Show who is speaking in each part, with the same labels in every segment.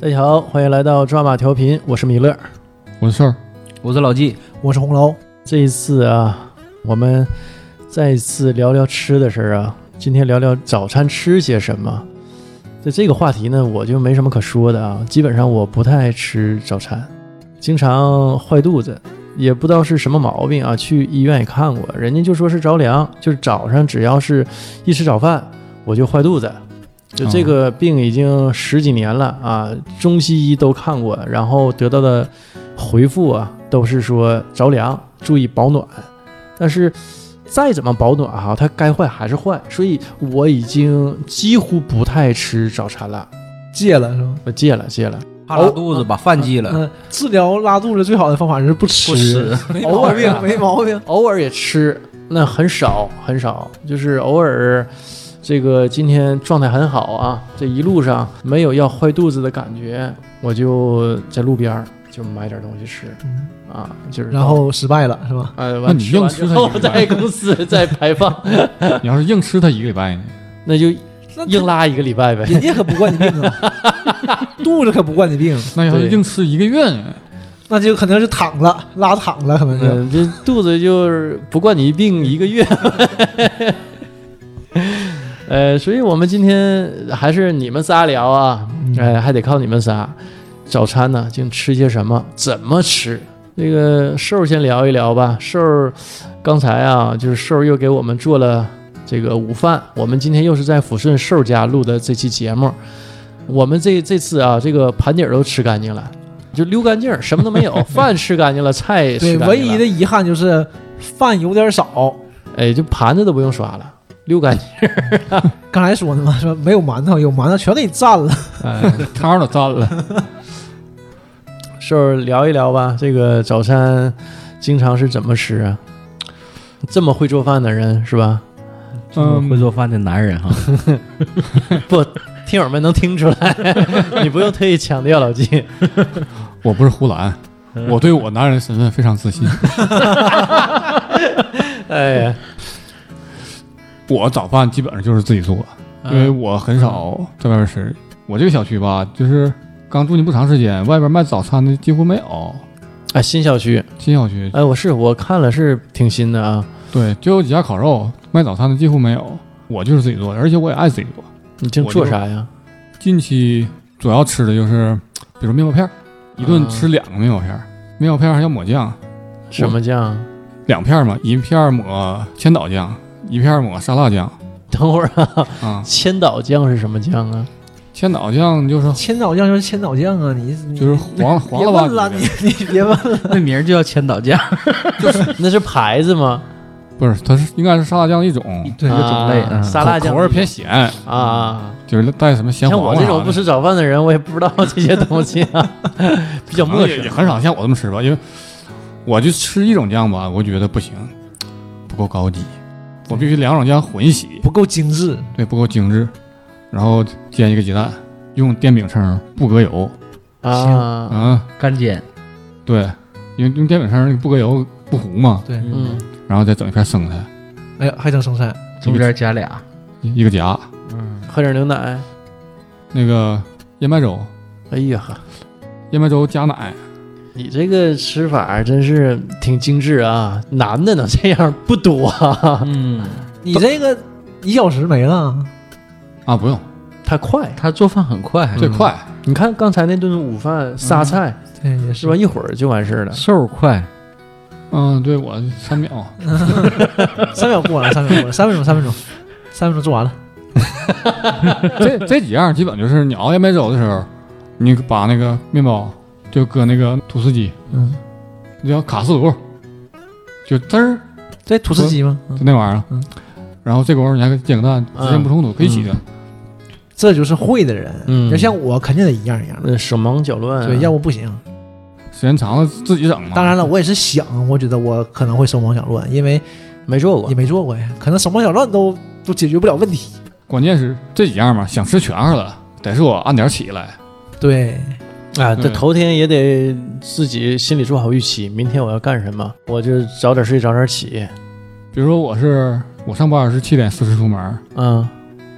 Speaker 1: 大家好，欢迎来到抓马调频，我是米勒，
Speaker 2: 我事儿，
Speaker 3: 我是老纪，
Speaker 4: 我是红楼。
Speaker 1: 这一次啊，我们再一次聊聊吃的事儿啊。今天聊聊早餐吃些什么。对这个话题呢，我就没什么可说的啊。基本上我不太爱吃早餐，经常坏肚子，也不知道是什么毛病啊。去医院也看过，人家就说是着凉，就是早上只要是一吃早饭我就坏肚子。就这个病已经十几年了啊，中西医都看过，然后得到的回复啊，都是说着凉，注意保暖。但是再怎么保暖哈、它该坏还是坏，所以我已经几乎不太吃早餐了，
Speaker 4: 戒了是吗？
Speaker 1: 我戒了戒了。
Speaker 3: 怕拉肚子把饭忌了，
Speaker 4: 嗯，治疗拉肚子最好的方法是不吃，
Speaker 3: 不吃，
Speaker 4: 没
Speaker 1: 偶
Speaker 4: 毛
Speaker 1: 尔啊
Speaker 4: 病，没 毛病。
Speaker 1: 偶尔也吃，那很少很少，就是偶尔。这个今天状态很好啊，这一路上没有要坏肚子的感觉，我就在路边儿就买点东西吃
Speaker 4: 嗯
Speaker 1: 啊，就是
Speaker 4: 然后失败了是吧？
Speaker 1: 呃，
Speaker 2: 那
Speaker 1: 完
Speaker 2: 你
Speaker 1: 吃完
Speaker 2: 硬
Speaker 1: 之
Speaker 2: 吃它
Speaker 1: 后
Speaker 2: 一个礼
Speaker 1: 在
Speaker 2: 拜
Speaker 1: 公司再排放，
Speaker 2: 你要是硬吃它一个礼拜呢？
Speaker 1: 那就
Speaker 4: 那
Speaker 1: 硬拉一个礼拜呗。
Speaker 4: 人家可不惯你病啊，肚子可不惯你病，
Speaker 2: 那要是
Speaker 1: 对
Speaker 2: 硬吃一个月呢？
Speaker 4: 那就可能是躺了，拉躺了，可能是。
Speaker 1: 嗯，这肚子就是不惯你病一个月。 呃，所以我们今天还是你们仨聊啊，呃，还得靠你们仨。早餐呢，净吃些什么？怎么吃？那个瘦儿先聊一聊吧。瘦儿刚才啊，就是瘦儿又给我们做了这个午饭。我们今天又是在抚顺瘦儿家录的这期节目。我们这这次啊，这个盘底儿都吃干净了，就溜干净儿，什么都没 有，饭吃干净了，菜也吃
Speaker 4: 对，
Speaker 1: 干净了。
Speaker 4: 唯一的遗憾就是饭有点少。
Speaker 1: 哎，就盘子都不用刷了，溜干净。
Speaker 4: 刚才说的嘛，说没有馒头，有馒头全给你占了。
Speaker 2: 哎，汤儿都占了。
Speaker 1: 瘦儿聊一聊吧，这个早餐经常是怎么吃啊？这么会做饭的人是吧？
Speaker 2: 嗯，
Speaker 3: 会做饭的男人哈，
Speaker 1: 听友们能听出来， 你不用特意强调老季。
Speaker 2: 我不是呼兰，我对我男人身份非常自信。
Speaker 1: 哎呀，
Speaker 2: 我早饭基本上就是自己做，因
Speaker 1: 嗯
Speaker 2: 为我很少在外边吃。我这个小区吧，就是刚住进不长时间，外边卖早餐的几乎没有。
Speaker 1: 哎，新小区，
Speaker 2: 新小区
Speaker 1: 哎，我是我看了是挺新的啊。
Speaker 2: 对，就有几家烤肉，卖早餐的几乎没有。我就是自己做，而且我也爱自己做。
Speaker 1: 你净做啥呀？
Speaker 2: 近期主要吃的就是，比如面包片儿，一顿吃两个面包片儿，面包片儿还要抹酱，
Speaker 1: 什么酱？
Speaker 2: 两片儿嘛，一片儿抹千岛酱，一片儿抹沙拉酱
Speaker 1: 等会儿啊，
Speaker 2: 啊。
Speaker 1: 千岛酱是什么酱啊？
Speaker 2: 千岛酱就是
Speaker 4: 千岛酱就是千岛酱啊，你你
Speaker 2: 就是黄黄
Speaker 4: 别
Speaker 2: 了
Speaker 4: 问了，
Speaker 2: 吧唧
Speaker 4: 你
Speaker 2: 的，
Speaker 4: 你 别问了。
Speaker 3: 那名儿就叫千岛酱，
Speaker 1: 那是牌子吗？
Speaker 2: 不是，它是应该是沙拉酱的一种，
Speaker 3: 对，一个种类
Speaker 1: 啊
Speaker 3: 嗯
Speaker 1: 沙拉
Speaker 2: 口
Speaker 1: 酱
Speaker 2: 口味偏咸，
Speaker 1: 啊。
Speaker 2: 就是带什么咸
Speaker 1: 像
Speaker 2: 黄
Speaker 1: 我
Speaker 2: 啊瓜
Speaker 1: 这
Speaker 2: 啥
Speaker 1: 种不
Speaker 2: 的。
Speaker 1: 吃早饭的人，我也不知 道这些东西啊， 比较
Speaker 2: 可能
Speaker 1: 陌
Speaker 2: 也也
Speaker 1: 生。
Speaker 2: 很少像我这么吃吧，因为我就吃一种酱吧，我觉得不行，不够高级，我必须两种酱混一起，
Speaker 4: 不够精致，
Speaker 2: 对，不够精致。然后煎一个鸡蛋，用电饼铛，不搁油
Speaker 1: 啊，
Speaker 2: 啊，
Speaker 3: 干煎，
Speaker 2: 对，因为用电饼铛那个不搁油不糊嘛，
Speaker 4: 对，
Speaker 1: 嗯，
Speaker 2: 然后再整一片生菜，
Speaker 4: 哎呀，还整生菜，
Speaker 3: 中间加俩，
Speaker 2: 一个夹，
Speaker 3: 嗯，
Speaker 1: 喝点牛奶。
Speaker 2: 那个燕麦粥，
Speaker 1: 哎呀呵，
Speaker 2: 燕麦粥加奶，
Speaker 1: 你这个吃法真是挺精致啊！男的能这样不多、啊，
Speaker 3: 嗯，
Speaker 4: 你这个一小时没了，
Speaker 2: 啊，不用，
Speaker 1: 他快。
Speaker 3: 他做饭很快，
Speaker 2: 最快，
Speaker 1: 你看刚才那顿午饭仨菜、
Speaker 4: 对，也
Speaker 1: 嗯是吧？？一会儿就完事儿了。
Speaker 3: 瘦快，
Speaker 2: 嗯，对我三秒，
Speaker 4: 三秒过了，三秒过了，三分钟，三分钟，三分钟做完了。
Speaker 2: 这这几样基本就是你熬燕麦粥的时候，你把那个面包就搁那个吐司机，
Speaker 4: 嗯，
Speaker 2: 你叫卡式炉，就滋儿
Speaker 4: 这吐司机吗？嗯
Speaker 2: 就那玩意儿
Speaker 4: 嗯，
Speaker 2: 然后这功夫你还煎个蛋，
Speaker 1: 嗯
Speaker 2: 之间不冲突，可以一起的，
Speaker 4: 这就是会的人，
Speaker 1: 嗯
Speaker 4: 要像我肯定得一样一样的，
Speaker 1: 那手忙脚乱、啊，
Speaker 4: 对，要不不行。
Speaker 2: 时间长了自己整嘛。
Speaker 4: 当然了，我也是想，我觉得我可能会手忙脚乱，因为
Speaker 1: 没做过
Speaker 4: 也。没做过呀，可能手忙脚乱都都解决不了问题。
Speaker 2: 关键是这几样嘛，想吃全乎了，得是我按点儿起来。
Speaker 4: 对，
Speaker 1: 啊，这
Speaker 2: 嗯
Speaker 1: 头天也得自己心里做好预期，明天我要干什么，我就早点睡，早点起。
Speaker 2: 比如说我是我上班是七点四十出门儿，
Speaker 1: 嗯，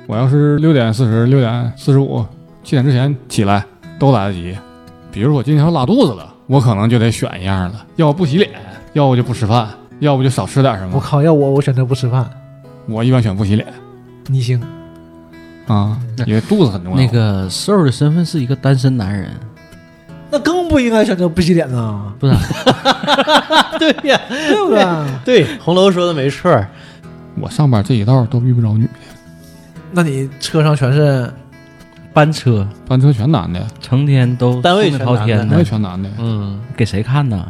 Speaker 2: 我要是六点四十、六点四十五、七点之前起来，都来得及。比如我今天要拉肚子了，我可能就得选一样了，要不洗脸，要不就不吃饭，要不就少吃点什
Speaker 4: 我
Speaker 2: 么。
Speaker 4: 靠，要我我选择不吃饭，
Speaker 2: 我一般选不洗脸
Speaker 4: 你行，
Speaker 2: 啊，因为肚子很重要。
Speaker 3: 那个 Soul 的身份是一个单身男人，
Speaker 4: 那更不应该选择不洗脸呢，
Speaker 3: 不是？
Speaker 1: 对呀，
Speaker 4: 对不对？
Speaker 1: 对，红楼说的没错儿，
Speaker 2: 我上班这一道都遇不着女的，
Speaker 4: 那你车上全是
Speaker 3: 班车
Speaker 2: 班车全男的，
Speaker 3: 成天都
Speaker 1: 单位
Speaker 3: 四面
Speaker 1: 全
Speaker 3: 朝
Speaker 1: 男
Speaker 3: 天
Speaker 1: 的
Speaker 2: 我也
Speaker 3: 的，
Speaker 2: 全男的。
Speaker 1: 嗯，
Speaker 3: 给谁看呢？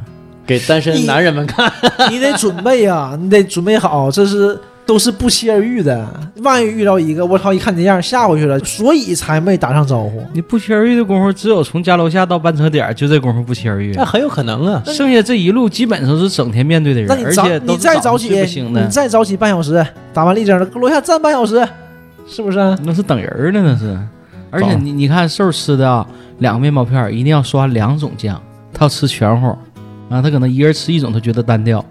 Speaker 1: 给单身男人们 看，
Speaker 4: 你得准备呀、你得准备好，这是都是不期而遇的。万一遇到一个，我操，一看你这样吓回去了，所以才没打上招呼。
Speaker 3: 你不期而遇的功夫，只有从家楼下到班车点儿，就这功夫不期而遇
Speaker 1: 那。很有可能啊。
Speaker 3: 剩下这一路基本上是整天面对的人
Speaker 4: 那，你
Speaker 3: 而
Speaker 4: 早
Speaker 3: 且都
Speaker 4: 你
Speaker 3: 是
Speaker 4: 再
Speaker 3: 早
Speaker 4: 早
Speaker 3: 上
Speaker 4: 起，
Speaker 3: 睡不醒的
Speaker 4: 你，再早起半小时，打完立正了，搁楼下站半小时，是啊 不是？
Speaker 3: 那是等人儿呢，那是。而且
Speaker 2: 早
Speaker 3: 你你看瘦吃的啊，两个面包片儿一定要刷两种酱，他要吃全乎，啊，他可能一人吃一种，他觉得单调，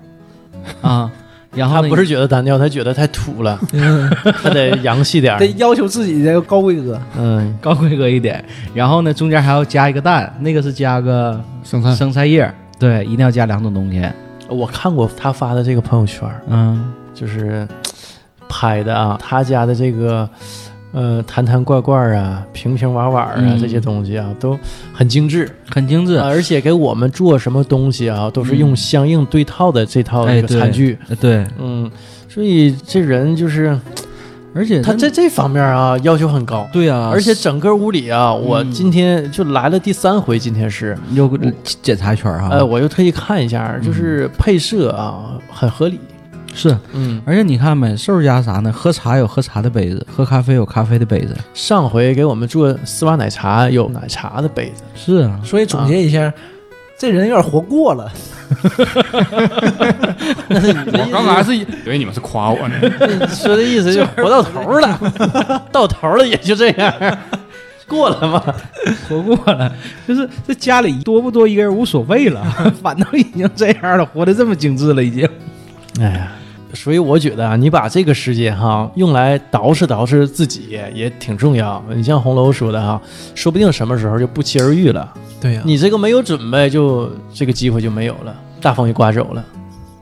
Speaker 3: 啊，然后
Speaker 1: 他
Speaker 3: 呢
Speaker 1: 不是觉得单调，他觉得太土 了，
Speaker 4: 嗯，
Speaker 1: 他得洋气点儿
Speaker 4: 得。要求自己的高规格。
Speaker 1: 嗯，
Speaker 3: 高规格一点，然后呢中间还要加一个蛋，那个是加个
Speaker 2: 生
Speaker 1: 嗯
Speaker 2: 菜
Speaker 3: 生菜叶儿，对，一定要加两种东西，
Speaker 1: 我看过他发的这个朋友圈儿，
Speaker 3: 嗯，
Speaker 1: 就是呃拍的啊，他家的这个呃坛坛罐罐儿啊、瓶瓶碗碗儿啊、
Speaker 3: 嗯
Speaker 1: 这些东西啊，都很精致，
Speaker 3: 很精致，
Speaker 1: 啊而且给我们做什么东西啊，都是用相应对套的这套
Speaker 3: 哎
Speaker 1: 这个餐
Speaker 3: 对
Speaker 1: 具。
Speaker 3: 呃对，
Speaker 1: 嗯，所以这人就是
Speaker 3: 而且
Speaker 1: 他在这方面啊要求很高，
Speaker 3: 对啊，
Speaker 1: 而且整个屋里啊，我今天就来了第三回，今天是，
Speaker 3: 又检查一圈儿哈，
Speaker 1: 呃，我又特意看一下，
Speaker 3: 嗯
Speaker 1: 就是配色啊很合理，
Speaker 3: 是，
Speaker 1: 嗯，
Speaker 3: 而且你看没，瘦家啥呢？喝茶有喝茶的杯子，喝咖啡有咖啡的杯子，
Speaker 1: 上回给我们做丝袜奶茶有奶茶的杯子，
Speaker 3: 是啊，
Speaker 4: 所以总结一下，这人有点活过了。
Speaker 2: 我刚才是以为你们是夸我呢，
Speaker 1: 说的意思 就是活到头了， 到头了也就这样， 过了嘛。
Speaker 3: 活过了，就是这家里多不多一个人无所谓了，反倒已经这样了，活得这么精致了，已经。
Speaker 1: 哎呀，所以我觉得啊，你把这个时间哈用来捯饬捯饬自己也挺重要。你像红楼说的哈，说不定什么时候就不期而遇了。
Speaker 4: 对呀
Speaker 1: 你这个没有准备就，这个机会就没有了，大风就刮走了，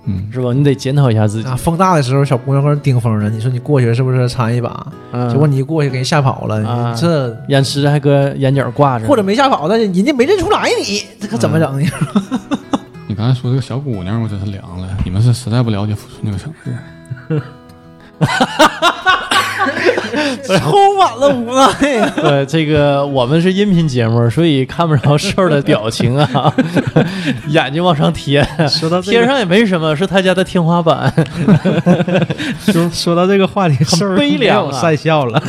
Speaker 2: 嗯，
Speaker 1: 是吧？你得检讨一下自己。
Speaker 4: 啊，风大的时候，小姑娘搁那顶风呢。你说你过去是不是掺一把？
Speaker 1: 嗯
Speaker 4: 结果你一过去给人吓跑了，
Speaker 1: 啊嗯
Speaker 4: 你这
Speaker 1: 眼吃还搁眼角挂着，
Speaker 4: 或者没吓跑，但是人家没认出来你，这可怎么整呀？
Speaker 2: 你刚才说这个小姑娘，我真是凉了。你们是实在不了解富春这个城市。
Speaker 4: 充满了无奈。
Speaker 1: 呃，这个我们是音频节目，所以看不着瘦儿的表情 啊，眼睛往上 贴，
Speaker 3: 说到
Speaker 1: 贴上也没什么，是他家的天花板。
Speaker 3: 说说到这个话题，
Speaker 1: 很悲凉啊
Speaker 3: 没有善笑了。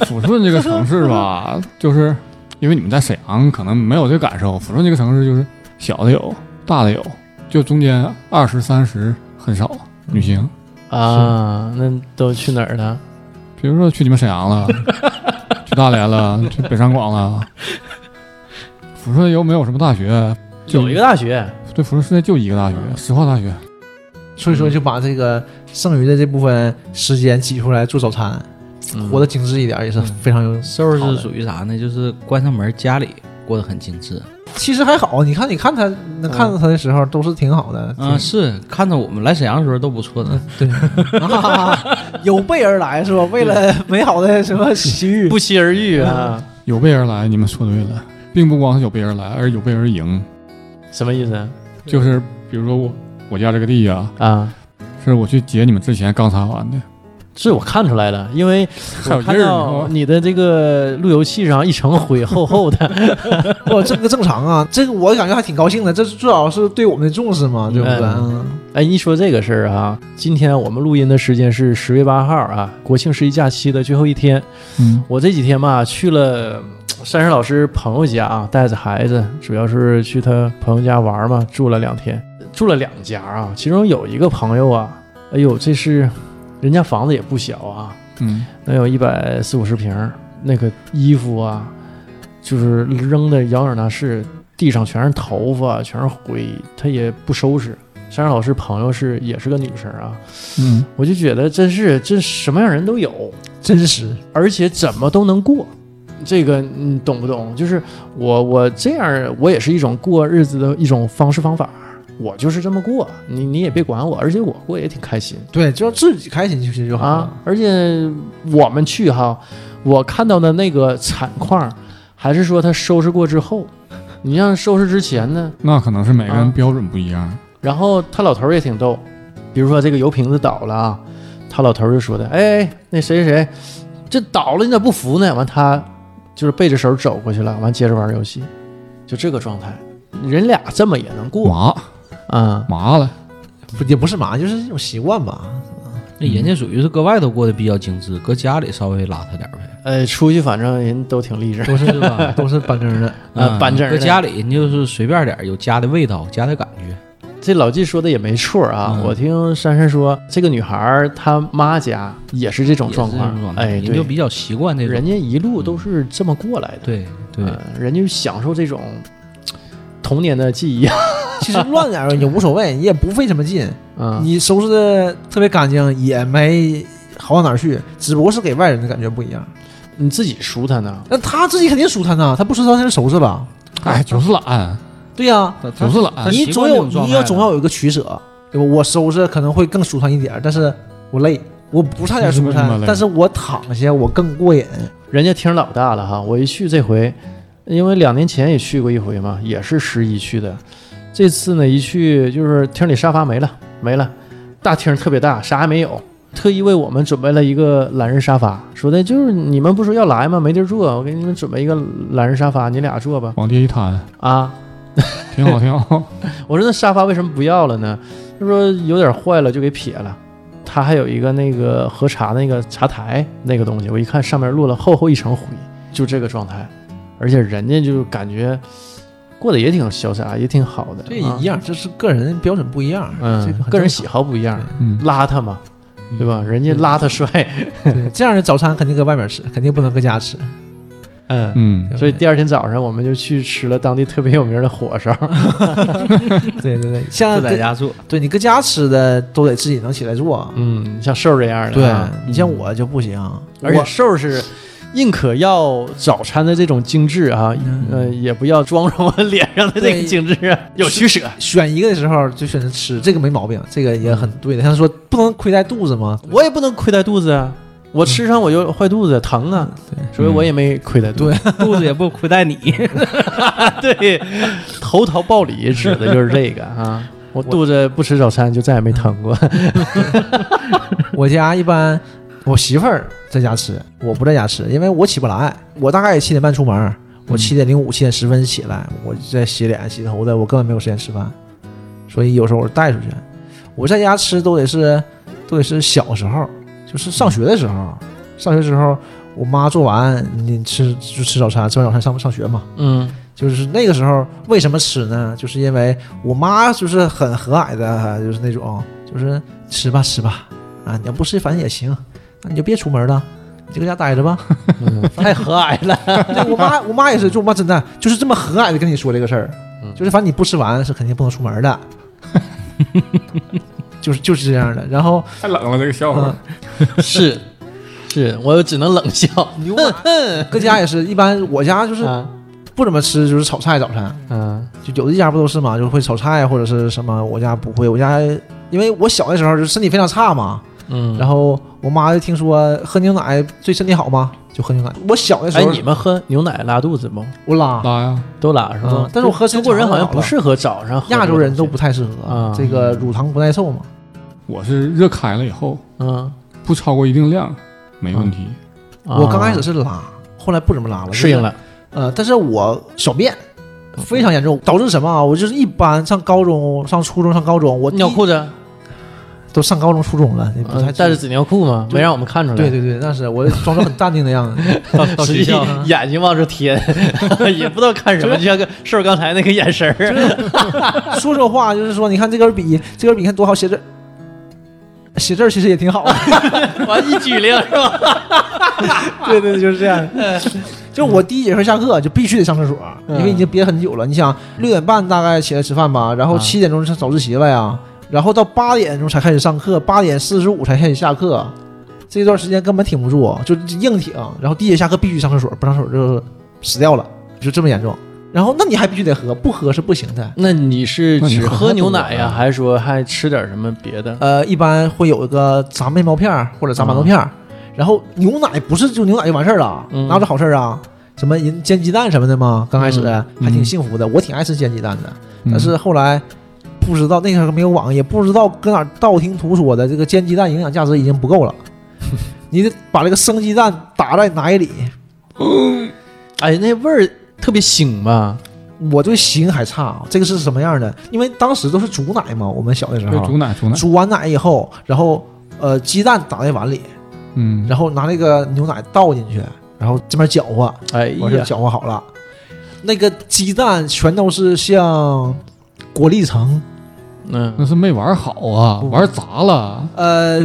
Speaker 2: 抚顺这个城市 吧，就是因为你们在沈阳可能没有这个感受，抚顺这个城市就是小的有，大的有，就中间二十三十很少女性。
Speaker 1: 嗯啊，那都去哪儿了？
Speaker 2: 比如说去你们沈 阳了，去大连了，去北上广了。抚顺又没有什么大学，就
Speaker 1: 有一个大学，
Speaker 2: 对抚顺现在就一个大学，石化大学。
Speaker 4: 所以说，就把这个剩余的这部分时间挤出来做早餐，
Speaker 1: 嗯
Speaker 4: 活得精致一点也是非常有。
Speaker 3: 收拾
Speaker 4: 好
Speaker 3: 是
Speaker 4: 的
Speaker 3: 属于啥呢？就是关上门，家里过得很精致。
Speaker 4: 其实还好，你看，你看他能看到他的时候都是挺好的。
Speaker 3: 啊，是看着我们来沈阳的时候都不错的，
Speaker 4: 对，啊 有备而来是吧？为了美好的什 么奇遇，
Speaker 1: 不期而遇啊，
Speaker 2: 有备而来，你们说对了，并不光是有备而来，而是有备而赢。
Speaker 1: 什么意思
Speaker 2: 就是比如说我我家这个地呀、
Speaker 1: 啊？
Speaker 2: 是我去截你们之前刚擦完的，
Speaker 1: 这我看出来了，因为
Speaker 2: 还有
Speaker 1: 我
Speaker 2: 印
Speaker 1: 看
Speaker 2: 儿
Speaker 1: 到
Speaker 2: 呢。
Speaker 1: 你的这个路由器上一层灰，厚厚 的，
Speaker 4: 我这个正常啊，这个我感觉还挺高兴的，这至少是对我们的重视嘛，对不对？嗯
Speaker 1: 哎，一说这个事儿啊，今天我们录音的时间是十月八号啊，国庆十一假期的最后一天。
Speaker 2: 嗯，
Speaker 1: 我这几天吧去了珊珊老师朋友家啊，带着孩子，主要是去他朋友家玩嘛，住了两天，住了两家啊，其中有一个朋友啊，哎呦，这是人家房子也不小啊，
Speaker 2: 嗯，
Speaker 1: 能有一百四五十平儿，那个衣服啊，就是扔的摇眼纳是，地上全是头发，全是灰，他也不收拾。珊珊老师朋友是也是个女生啊，
Speaker 2: 嗯，
Speaker 1: 我就觉得真是这什么样人都有，
Speaker 4: 真实，
Speaker 1: 而且怎么都能过。这个你懂不懂？就是我我这样，我也是一种过日子的一种方式方法，我就是这么过，你你也别管我，而且我过也挺开心
Speaker 4: 对，就让自己开心就行就好了。
Speaker 1: 啊。而且我们去哈，我看到的那个惨况，还是说他收拾过之后，你像收拾之前呢，
Speaker 2: 那可能是每个
Speaker 1: 啊
Speaker 2: 人标准不一样。
Speaker 1: 然后他老头儿也挺逗，比如说这个油瓶子倒了啊，他老头儿就说的，哎，那谁谁谁，这倒了你咋不扶呢？完他就是背着手走过去了，完接着玩游戏，就这个状态，人俩这么也能过
Speaker 2: 麻
Speaker 1: 啊、
Speaker 2: 麻了，
Speaker 4: 不也不是嘛，就是一种习惯 吧。
Speaker 3: 那人家属于是搁外头过得比较精致，搁家里稍微邋遢点儿 呗，
Speaker 1: 呃，出去反正人都挺励志，
Speaker 4: 都是 是吧？都是板根的，
Speaker 1: 啊
Speaker 3: 嗯
Speaker 1: 板正儿
Speaker 3: 搁
Speaker 1: 的
Speaker 3: 家里人就是随便点儿，有家的味道，家的感觉。
Speaker 1: 这老纪说的也没错啊，
Speaker 3: 嗯
Speaker 1: 我听珊珊说，这个女孩儿她妈家也是这种状
Speaker 3: 也是这种
Speaker 1: 况，哎，
Speaker 3: 人就
Speaker 1: 对，
Speaker 3: 比较习惯那种。
Speaker 1: 人家一路都是这么过来的，
Speaker 3: 对对，
Speaker 1: 呃人家就享受这种童年的记忆，
Speaker 4: 其实乱点儿也无所谓，你也不费什么 劲，
Speaker 1: 嗯，
Speaker 4: 你收拾的特别干净也没好到哪儿去，只不过是给外人的感觉不一样。
Speaker 1: 你自己舒坦呢？
Speaker 4: 那他自己肯定舒坦呐，他不舒坦他就收拾吧。
Speaker 2: 哎，就是懒，
Speaker 4: 对呀、
Speaker 3: 他
Speaker 2: 就是懒
Speaker 3: 他。
Speaker 4: 你
Speaker 3: 习
Speaker 4: 总
Speaker 3: 惯这
Speaker 4: 有
Speaker 3: 种状
Speaker 4: 你
Speaker 3: 态
Speaker 4: 要
Speaker 3: 了
Speaker 4: 总要有一个取舍，对吧？我收拾可能会更舒坦一点儿，但是我累，我不差点舒
Speaker 2: 你是为什么
Speaker 4: 坦，
Speaker 2: 累
Speaker 4: 但是我躺下我更过瘾。
Speaker 1: 人家厅老大了哈，我一去这回，因为两年前也去过一回嘛，也是十一去的，这次呢一去就是厅里沙发没了，没了，大厅特别大，啥也没有。特意为我们准备了一个懒人沙发，说的就是你们不说要来吗？没地儿坐，我给你们准备一个懒人沙发，你俩坐吧。
Speaker 2: 往地一摊，
Speaker 1: 啊，
Speaker 2: 挺好，挺好。
Speaker 1: 我说那沙发为什么不要了呢？他说有点坏了就给撇了。他还有一个那个喝茶那个茶台那个东西，我一看上面落了厚厚一层灰，就这个状态，而且人家就感觉过得也挺潇洒，也挺好的。
Speaker 4: 这
Speaker 1: 啊
Speaker 4: 一样，这是个人标准不一样，这
Speaker 1: 嗯，
Speaker 4: 很
Speaker 1: 个人
Speaker 4: 正嗯
Speaker 1: 喜好不一样，
Speaker 2: 嗯，
Speaker 1: 邋遢嘛，对吧？人家邋遢帅，
Speaker 4: 常。对这样的早餐肯定搁外面吃，肯定不能搁家吃。
Speaker 1: 嗯。
Speaker 2: 嗯，
Speaker 1: 所以第二天早上，我们就去吃了当地特别有名的火烧。
Speaker 4: 对对对，像
Speaker 3: 自在
Speaker 4: 搁
Speaker 3: 家做，
Speaker 4: 对你搁家吃的都得自己能起来做。
Speaker 1: 嗯，像瘦这样的，
Speaker 4: 对
Speaker 1: 啊
Speaker 4: 你像我就不行，
Speaker 1: 而且
Speaker 4: 我
Speaker 1: 瘦是宁可要早餐的这种精致啊，
Speaker 4: 嗯
Speaker 1: 呃，也不要妆容和脸上的这个精致啊，有取舍。
Speaker 4: 选一个的时候就选择吃，这个没毛病，这个也很对的。像说不能亏待肚子嘛，
Speaker 1: 我也不能亏待肚子啊，我吃上我就坏肚子疼啊，所以我也没亏待肚子。
Speaker 3: 肚子也不亏待 你。
Speaker 1: 对，投桃报李指的就是这个 啊。我肚子不吃早餐就再也没疼过。
Speaker 4: 我家一般我媳妇儿在家吃，我不在家吃，因为我起不来。我大概也七点半出门，我七点零五、七点十分起来，我在洗脸、洗头的，我根本没有时间吃饭，所以有时候我带出去。我在家吃都得是都得是小时候，就是上学的时候，上学时候我妈做完你吃就吃早餐，吃完早餐上上学嘛。
Speaker 1: 嗯
Speaker 4: 就是那个时候为什么吃呢？就是因为我妈就是很和蔼的，就是那种就是吃吧吃吧啊，你要不吃反正也行，那你就别出门了。你就搁家待着吧。
Speaker 1: 嗯，太和蔼 了。
Speaker 4: 对我妈，我妈也是，就我妈真的就是这么和蔼的跟你说这个事儿
Speaker 1: 嗯，
Speaker 4: 就是反正你不吃完是肯定不能出门的， 就是就是这样的。然后
Speaker 2: 太冷了，这个笑
Speaker 4: 嗯，
Speaker 1: 是是，我只能冷笑。
Speaker 4: 牛马搁家也是一般，我家就是
Speaker 1: 啊
Speaker 4: 不怎么吃，就是炒菜早餐。
Speaker 1: 嗯
Speaker 4: 就有的家不都是嘛，就是会炒菜或者是什么。我家不会，我家因为我小的时候就身体非常差嘛，
Speaker 1: 嗯。
Speaker 4: 然后我妈就听说喝牛奶对身体好嘛，就喝牛奶。我小的时
Speaker 1: 哎，
Speaker 4: 候、
Speaker 1: 你们喝牛奶拉肚子不？
Speaker 4: 我拉，
Speaker 2: 啊拉呀，
Speaker 1: 都拉是吗
Speaker 4: 嗯？但是我喝
Speaker 1: 中国人好像不
Speaker 4: 是
Speaker 1: 适合早上喝这个东西，
Speaker 4: 亚洲人都不太适合、
Speaker 1: 啊
Speaker 4: 这个乳糖不耐受嘛。
Speaker 2: 我是热开了以后，
Speaker 1: 嗯，
Speaker 2: 不超过一定量没问题。
Speaker 4: 我刚开始
Speaker 1: 啊
Speaker 4: 是拉，后来不怎么拉了，
Speaker 1: 适应。了，嗯
Speaker 4: 呃，但是我小便非常严重，导致什么啊？我就是一般上高中、上初中、上高中，我第一
Speaker 1: 尿裤子，
Speaker 4: 都上高中、初中了，你不太
Speaker 1: 嗯带着纸尿裤嘛，
Speaker 4: 就
Speaker 1: 没让我们看出来。
Speaker 4: 对对对，那是我装作很淡定的样子。
Speaker 1: 到实 际
Speaker 4: 呢
Speaker 1: 眼睛往这贴， 也不知道看什么，就像个瘦儿刚才那个眼神 儿。
Speaker 4: 说这话就是说，你看这根笔，这根笔看多好写字儿，写字儿其实也挺好的。
Speaker 1: 完一举铃是吧？
Speaker 4: 对对，对就是这样。就是我第一节课下课就必须得上厕所，因为已经憋很久了。你想，六点半大概起来吃饭吧，然后
Speaker 1: 啊
Speaker 4: 七点钟上早自习了呀，然后到八点钟才开始上课，八点四十五才开始下课。这段时间根本挺不住，就硬挺，然后第一节下课必须上厕所，不上厕所就死掉了，就这么严重。然后那你还必须得喝，不喝是不行的。
Speaker 1: 那你是
Speaker 2: 那你
Speaker 1: 只
Speaker 2: 喝
Speaker 1: 喝牛
Speaker 2: 多
Speaker 1: 奶呀，
Speaker 2: 啊
Speaker 1: 还是说还吃点什么别的？
Speaker 4: 呃，一般会有一个炸面包片儿或者炸馒头
Speaker 2: 啊
Speaker 4: 片儿，然后牛奶不是就牛奶就完事儿了，
Speaker 1: 嗯
Speaker 4: 哪有这好事儿啊？什么人煎鸡蛋什么的嘛，刚开始、
Speaker 1: 嗯
Speaker 4: 还挺幸福的，我挺爱吃煎鸡蛋的，
Speaker 2: 嗯
Speaker 4: 但是后啊来不知道那时候没有网，也不知道搁哪儿道听途说的，这个煎鸡蛋营养价值已经不够 了，你得把这个生鸡蛋打在奶里，
Speaker 1: 哎，那味儿特别腥吧？
Speaker 4: 我对形还差啊，这个是什么样的？因为当时都是煮奶嘛，我们小的时
Speaker 2: 对
Speaker 4: 候
Speaker 2: 煮奶煮奶，
Speaker 4: 煮完奶以后，然后呃鸡蛋打在碗里。
Speaker 2: 嗯，
Speaker 4: 然后拿那个牛奶倒进去，然后这边搅和，
Speaker 1: 哎
Speaker 4: 完事儿
Speaker 1: 呀，
Speaker 4: 搅和好了，那个鸡蛋全都是像果粒橙，
Speaker 2: 那
Speaker 1: 嗯，
Speaker 2: 是没玩好啊，
Speaker 4: 不
Speaker 2: 玩砸了，
Speaker 4: 呃，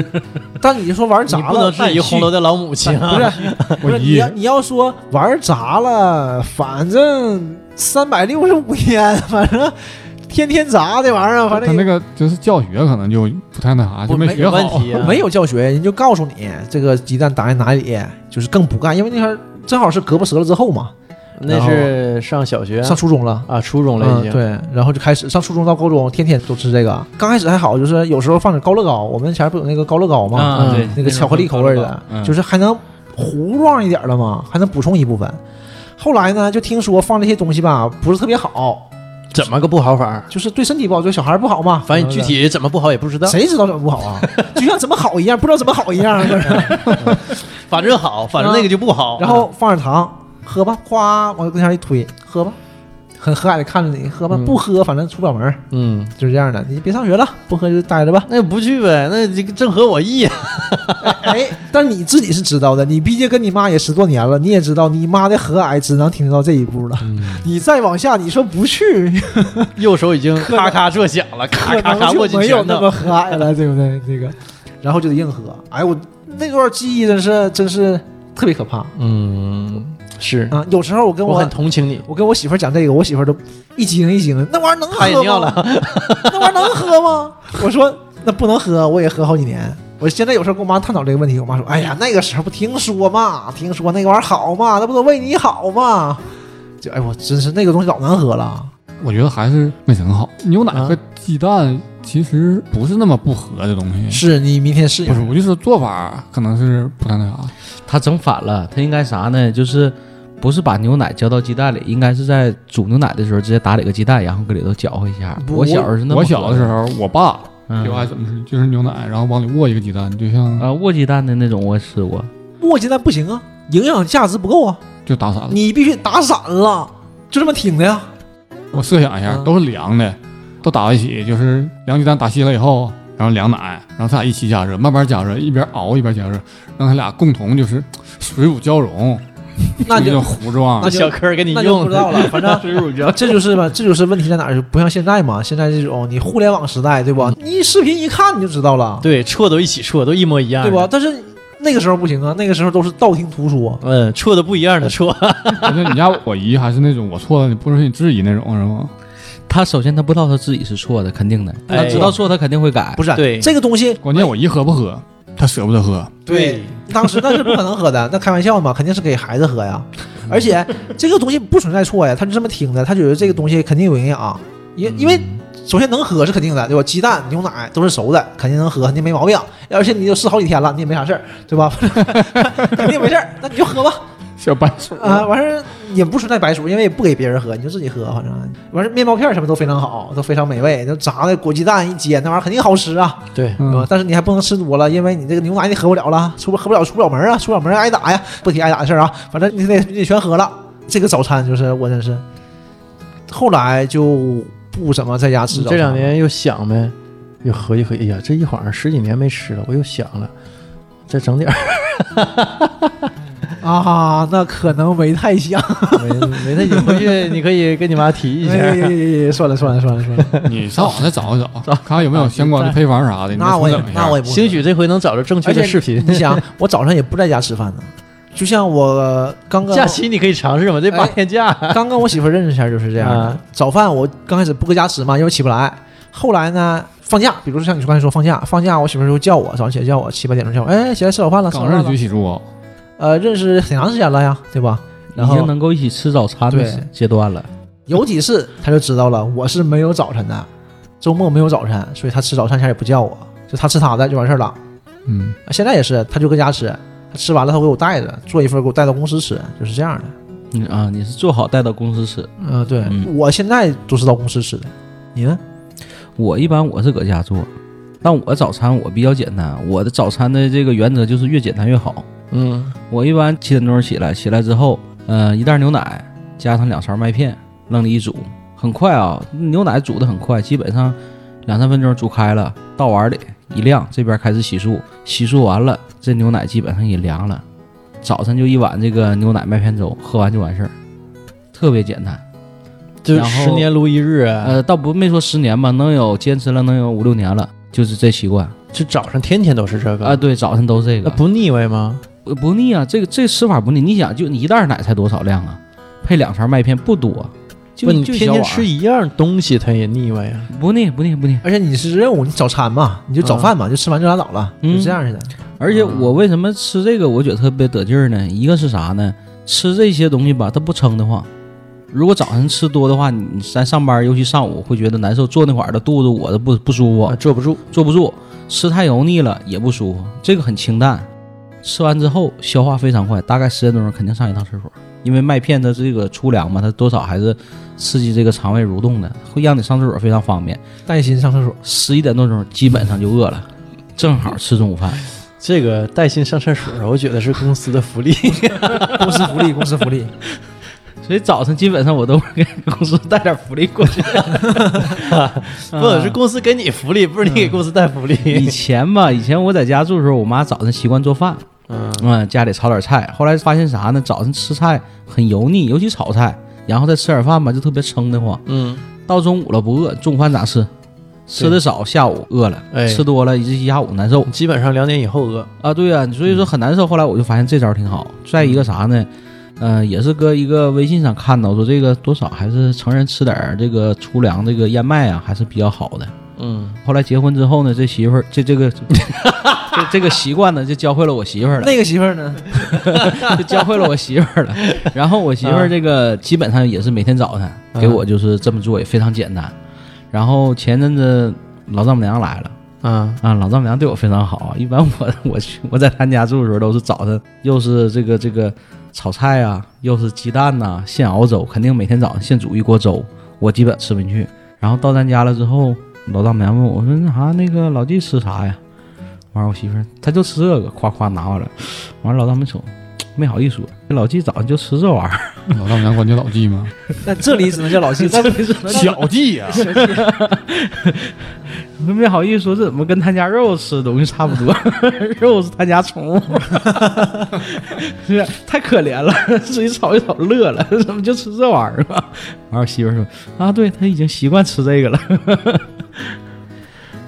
Speaker 4: 但你就说玩
Speaker 1: 你
Speaker 4: 砸
Speaker 1: 不
Speaker 4: 了，
Speaker 1: 能质疑红楼的老母亲啊！
Speaker 4: 不是 不
Speaker 2: 我
Speaker 4: 是你
Speaker 2: 姨
Speaker 4: 要你要说玩砸了，反正三百六十五天，反正天天砸这玩意儿，啊反
Speaker 2: 他
Speaker 4: 正
Speaker 2: 那
Speaker 4: 也。
Speaker 2: 个就是教学可能就不太那啥，就
Speaker 1: 不没
Speaker 2: 学
Speaker 1: 问
Speaker 2: 好。
Speaker 1: 题啊，
Speaker 4: 没有教学，人就告诉你这个鸡蛋打在哪里，就是更不干，因为那会儿正好是胳膊折了之后嘛，
Speaker 1: 那是上小学
Speaker 4: 上初中了，
Speaker 1: 啊，初中了已经。
Speaker 4: 嗯。对，然后就开始上初中到高中，天天都吃这个。刚开始还好，就是有时候放点高乐高，我们以前不有那个高乐高吗？
Speaker 1: 嗯
Speaker 3: 啊，对，
Speaker 4: 那个巧克力口味的，
Speaker 2: 嗯
Speaker 4: 就是还能糊状一点的嘛，还能补充一部分。后来呢，就听说放这些东西吧，不是特别好，
Speaker 1: 怎么个不好法儿？
Speaker 4: 就是对身体不好，对小孩不好嘛。
Speaker 1: 反正具体怎么不好也不知道，
Speaker 4: 谁知道怎么不好啊？就像怎么好一样，不知道怎么好一 样。是不是
Speaker 1: 反正好，反正那个就不好。
Speaker 4: 嗯然后放点糖，喝吧，夸往跟前一推，喝吧。很和蔼的看着你，喝吧，
Speaker 1: 嗯
Speaker 4: 不喝反正出不了门儿，
Speaker 1: 嗯，
Speaker 4: 就是这样的。你别上学了，不喝就待着吧。
Speaker 1: 那不去呗，那这个正合我意啊。
Speaker 4: 哎，但你自己是知道的，你毕竟跟你妈也十多年了，你也知道你妈的和蔼只能挺到这一步了。
Speaker 1: 嗯
Speaker 4: 你再往下，你说不去，
Speaker 1: 右手已经
Speaker 4: 可能
Speaker 1: 咔咔作响了，咔
Speaker 4: 可
Speaker 1: 咔
Speaker 4: 能
Speaker 1: 咔握紧
Speaker 4: 就没有
Speaker 1: 拳
Speaker 4: 那
Speaker 1: 头。
Speaker 4: 么和蔼了，对不对？这个，然后就得硬喝。哎，我那段记忆真是真是特别可怕
Speaker 1: 嗯，是，
Speaker 4: 啊！有时候我跟
Speaker 1: 我
Speaker 4: 我
Speaker 1: 很同情你。
Speaker 4: 我跟我媳妇儿讲这个，我媳妇儿都一惊一惊的，那玩意儿能
Speaker 1: 她也
Speaker 4: 喝
Speaker 1: 尿
Speaker 4: 吗？ 那玩意儿能喝吗？我说那不能喝，我也喝好几年。我现在有时候跟我妈探讨这个问题，我妈说：“哎呀，那个时候不听说嘛，听说那个玩意儿好嘛，那不都为你好嘛。”就哎，我真是那个东西老难喝了。
Speaker 2: 我觉得还是没整好。牛奶
Speaker 1: 啊
Speaker 2: 和鸡蛋其实不是那么不合的东西，
Speaker 4: 是你明天试一
Speaker 2: 不是，
Speaker 4: 下，
Speaker 2: 我就说做法可能是不太那啥。
Speaker 3: 他整反了，他应该啥呢？就是不是把牛奶浇到鸡蛋里，应该是在煮牛奶的时候直接打里个鸡蛋，然后搁里头搅和一下。
Speaker 4: 不
Speaker 3: 我小时候是那么
Speaker 2: 我小的时候，我爸
Speaker 3: 嗯
Speaker 2: 就爱怎么吃，就是牛奶，然后往里卧一个鸡蛋，就像
Speaker 3: 啊，卧鸡蛋的那种我吃过，
Speaker 4: 磨鸡蛋不行啊，营养价值不够啊，
Speaker 2: 就打散了。
Speaker 4: 你必须打散了，就这么挺的呀。
Speaker 2: 我设想一下，
Speaker 4: 嗯
Speaker 2: 都是凉的，都打到一起，就是凉鸡蛋打稀了以后，然后凉奶，然后它俩一起加热，慢慢加热，一边熬一边加热，让它俩共同就是水乳交融，
Speaker 4: 那
Speaker 2: 就那种
Speaker 4: 就
Speaker 2: 糊状
Speaker 4: 那。就
Speaker 1: 小柯给你
Speaker 4: 那就
Speaker 1: 用
Speaker 4: 不知道了，反正
Speaker 1: 水乳胶。
Speaker 4: 这就是吧，这就是问题在哪儿，就不像现在嘛，现在这种你互联网时代，对吧？你视频一看你就知道了，
Speaker 1: 对，啊错都一起错，都一模一样，
Speaker 4: 对吧？？但是那个时候不行啊，那个时候都是道听途说，
Speaker 1: 嗯，错的不一样的错。
Speaker 2: 而 且你家我姨还是那种我错了你不允许质疑那种，是吗？
Speaker 3: 他首先他不知道他自己是错的，肯定的，
Speaker 1: 哎
Speaker 3: 他知道错他肯定会改
Speaker 4: 不。是啊
Speaker 1: 对
Speaker 4: 这个东西，
Speaker 2: 关键我姨喝不喝，她舍不得喝。
Speaker 4: 对，当时那是不可能喝的，那开玩笑嘛，肯定是给孩子喝呀。而且这个东西不存在错呀，他就这么听的，他觉得这个东西肯定有营养，因因为首先能喝是肯定的，对吧？鸡蛋、牛奶都是熟的，肯定能喝，肯定没毛病。而且你就试好几天了，你也没啥事儿，对吧？ 肯定没事儿，那你就喝吧。
Speaker 2: 小白鼠
Speaker 4: 啊，完事儿也不存在白薯，因为也不给别人喝，你就自己喝，反正完事儿面包片儿什么都非常好，都非常美味，就炸的果鸡蛋一煎，那玩意儿肯定好吃啊，
Speaker 1: 对，
Speaker 4: 对吧
Speaker 2: 嗯，
Speaker 4: 但是你还不能吃多了，因为你这个牛奶你喝不了了，出不喝不了出不了门啊，出不了门挨打呀，不提挨打的事儿啊，反正你得你得全喝了。这个早餐就是我真是，后来就不怎么在家吃早
Speaker 1: 这
Speaker 4: 餐。
Speaker 1: 两年又想呗，又合计合计，哎呀，这一晃十几年没吃了，我又想了，再整点儿，
Speaker 4: 啊，那可能没太香。
Speaker 1: 没没太久回去， 你可以跟你妈提一下
Speaker 4: 哎。呀呀呀呀算了算了算了算了，
Speaker 2: 你上网再找一找，看看有没有相关的配方啥的。你再
Speaker 4: 那我也
Speaker 2: 重整一下
Speaker 4: 那我也不会
Speaker 1: 兴许这回能找着正确的视频。
Speaker 4: 你想，我早上也不在家吃饭呢，就像我刚刚
Speaker 1: 假期你可以尝试嘛，这八天假。
Speaker 4: 刚跟我媳妇儿认识前就是这样的
Speaker 1: 啊。
Speaker 4: 早饭我刚开始不搁家吃嘛，因为起不来。后来呢，放假，比如说像你说刚才说放假，放假我媳妇儿就叫我，早上起来叫我七八点钟叫我，哎，起来吃早饭了，吃早
Speaker 2: 刚
Speaker 4: 饭
Speaker 2: 认
Speaker 4: 了
Speaker 2: 识。起住啊，
Speaker 4: 呃，认识挺长时间了呀，对吧？然
Speaker 3: 已经
Speaker 4: 后
Speaker 3: 能够一起吃早餐的
Speaker 4: 对
Speaker 3: 阶段了。
Speaker 4: 有几次他就知道了，我是没有早晨的，周末没有早晨，所以他吃早餐前也不叫我，就他吃他的就完事儿了。
Speaker 2: 嗯，
Speaker 4: 现在也是，他就搁家吃，他吃完了他给我带着，做一份给我带到公司吃，就是这样的。
Speaker 3: 嗯啊，你是做好带到公司吃。
Speaker 4: 嗯、对
Speaker 3: 嗯
Speaker 4: 我现在都是到公司吃的，你呢？
Speaker 3: 我一般我是搁家做，但我早餐我比较简单，我的早餐的这个原则就是越简单越好。
Speaker 1: 嗯，
Speaker 3: 我一般七点钟起来，起来之后，呃，一袋牛奶加上两勺麦片，愣里一煮，很快啊，牛奶煮的很快，基本上两三分钟煮开了，倒碗里一晾，这边开始洗漱，洗漱完了，这牛奶基本上也凉了，早晨就一碗这个牛奶麦片粥，喝完就完事儿，特别简单。
Speaker 1: 就
Speaker 3: 然后
Speaker 1: 十年如一日，啊
Speaker 3: 呃，倒不没说十年吧，能有坚持了能有五六年了，就是这习惯
Speaker 1: 就早上天天都是这个
Speaker 3: 啊。，对，早晨都是这
Speaker 1: 那
Speaker 3: 个，
Speaker 1: 不腻歪吗？
Speaker 3: 不不腻啊，这个这吃法不腻。你想，就你一袋奶才多少量啊？配两勺麦片不多，就
Speaker 1: 不，你
Speaker 3: 就一
Speaker 1: 天
Speaker 3: 小
Speaker 1: 天
Speaker 3: 碗
Speaker 1: 吃一样东西，它也腻啊歪呀。
Speaker 3: 不腻不腻不腻。
Speaker 4: 而且你是任务，你早餐嘛，你就早饭嘛，就吃完就拉倒了，
Speaker 3: 嗯
Speaker 4: 就这样似的。
Speaker 3: 而且我为什么吃这个我觉得特别得劲儿呢？一个是啥呢？吃这些东西吧，它不撑得慌。如果早晨吃多的话，你咱上班，尤其上午会觉得难受，坐那会儿的肚子我都不不舒服。
Speaker 1: 啊坐不住，
Speaker 3: 坐不住，吃太油腻了也不舒服，这个很清淡。吃完之后消化非常快，大概十点钟肯定上一趟厕所，因为麦片它这个粗粮嘛，它多少还是刺激这个肠胃蠕动的，会让你上厕所非常方便。
Speaker 4: 带薪上厕所，
Speaker 3: 十一点多钟基本上就饿了，正好吃中午饭。
Speaker 1: 这个带薪上厕所，我觉得是公司的福利。
Speaker 4: 公司福利，公司福利。
Speaker 3: 所以早晨基本上我都会给公司带点福利过去，
Speaker 1: 不是公司给你福利，不是你给公司带福
Speaker 3: 以
Speaker 1: 利。
Speaker 3: 前吧，以前我在家住的时候，我妈早晨习惯做饭，
Speaker 1: 嗯，
Speaker 3: 嗯，家里炒点菜。后来发现啥呢？早晨吃菜很油腻，尤其炒菜，然后再吃点饭吧，就特别撑得慌。
Speaker 1: 嗯，
Speaker 3: 到中午了不饿，中午饭咋吃？吃的少，下午饿了；
Speaker 1: 哎
Speaker 3: 吃多了，一下午难受
Speaker 1: 基本上两点以后饿。
Speaker 3: 啊。对呀、所以说很难受。后来我就发现这招挺好。再一个啥呢？呃，也是搁一个微信上看到说这个多少还是成人吃点儿这个粗粮这个燕麦啊，还是比较好的。
Speaker 1: 嗯，
Speaker 3: 后来结婚之后呢，这媳妇儿这这个 这这个习惯呢，就教会了我媳妇儿了。
Speaker 4: 那个媳妇儿呢？
Speaker 3: 就教会了我媳妇儿了。然后我媳妇儿这个基本上也是每天早晨给我就是这么做，也非常简单。然后前阵子老丈母娘来了
Speaker 1: 啊，
Speaker 3: 啊，老丈母娘对我非常好。啊一般我我去我在她家住的时候都是早晨，又是这个这个炒菜啊，又是鸡蛋呐、现熬粥，肯定每天早上现煮一锅粥，我基本吃不进去。然后到咱家了之后，老丈母娘问我说：“那啥，那个老纪吃啥呀？”完，我媳妇儿她就吃这个，夸夸拿过来。完，老丈母娘瞅，没好意思说，这老纪早上就吃这玩意儿，
Speaker 2: 老丈母娘管你老纪吗？
Speaker 4: 那这里只能叫老 纪，那
Speaker 2: 小纪呀，
Speaker 3: 没好意思说这怎么跟他家肉吃的东西差不多， 肉是他家宠物， 是不是太可怜了，自己炒一炒乐了，怎么就吃这玩意儿了？完，我媳妇儿说啊，对他已经习惯吃这个了，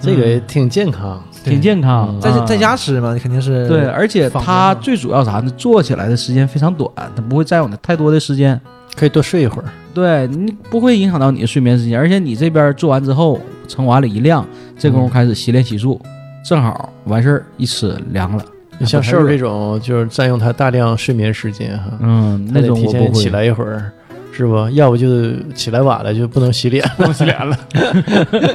Speaker 1: 这个也嗯挺健康。
Speaker 3: 挺健康，
Speaker 4: 在
Speaker 3: 啊
Speaker 4: 在家吃嘛，肯定是
Speaker 3: 对，而且
Speaker 4: 仿
Speaker 3: 它
Speaker 4: 生
Speaker 3: 最主要啥呢？做起来的时间非常短，它不会占用你太多的时间，
Speaker 1: 可以多睡一会儿。
Speaker 3: 对你不会影响到你的睡眠时间。而且你这边做完之后，盛碗里一晾，这功夫开始洗脸洗漱，正好完事儿一吃凉了。
Speaker 1: 像瘦儿这种，就是占用他大量睡眠时间哈。
Speaker 3: 嗯，
Speaker 1: 他
Speaker 3: 那
Speaker 1: 得
Speaker 3: 种
Speaker 1: 提
Speaker 3: 我
Speaker 1: 前
Speaker 3: 不
Speaker 1: 起
Speaker 3: 会。
Speaker 1: 来一会儿，是不？要不就起来晚了就不能洗脸，
Speaker 2: 不能洗脸了，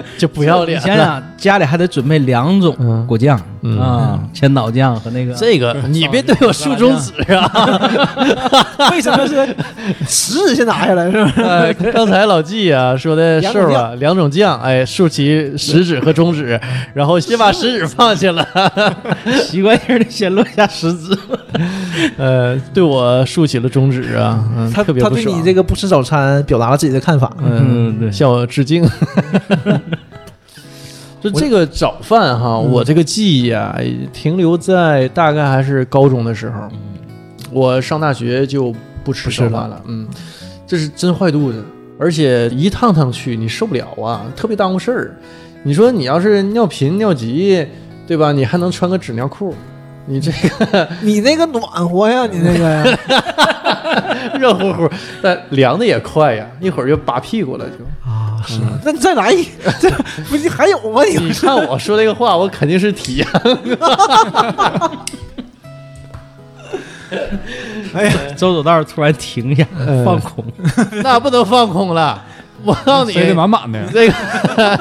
Speaker 1: 就不要脸
Speaker 3: 你想
Speaker 1: 了。
Speaker 3: 想，啊家里还得准备两种
Speaker 1: 嗯
Speaker 3: 果酱
Speaker 1: 嗯
Speaker 3: 啊，千岛酱和那个。
Speaker 1: 这个你别对我竖中指啊！
Speaker 4: 为什么是食指先拿下来是 吧？
Speaker 1: 呃刚才老纪啊说的瘦儿啊，两种酱，哎，竖起食指和中指，然后先把食指放下了，
Speaker 3: 习惯性的先落下食指。
Speaker 1: 呃，对我竖起了中指啊，嗯，
Speaker 4: 他
Speaker 1: 特别
Speaker 4: 他
Speaker 1: 不
Speaker 4: 对
Speaker 1: 爽
Speaker 4: 你这个不吃早餐表达了自己的看法。
Speaker 1: 嗯，
Speaker 3: 对
Speaker 1: 向我致敬。就这个早饭哈，我这个记忆啊，停留在大概还是高中的时候。我上大学就不吃
Speaker 4: 不
Speaker 1: 早
Speaker 4: 吃
Speaker 1: 饭了，嗯，这是真坏肚子，而且一趟趟去你受不了啊，特别耽误事儿。你说你要是尿频尿急，对吧？你还能穿个纸尿裤，你这
Speaker 4: 你那个暖和呀，你那个呀
Speaker 1: 热乎乎，但凉的也快呀，一会儿就拔屁股了就。
Speaker 4: 啊，
Speaker 1: 啊，是
Speaker 2: 嗯
Speaker 4: 那你再来一， 这不是还有吗？你
Speaker 1: 你看我说这个话，我肯定是体验。
Speaker 3: 周走道突然停一下，放空。
Speaker 1: 那不能放空了。我告诉你，
Speaker 2: 塞得
Speaker 1: 你
Speaker 2: 满满的，
Speaker 1: 这个，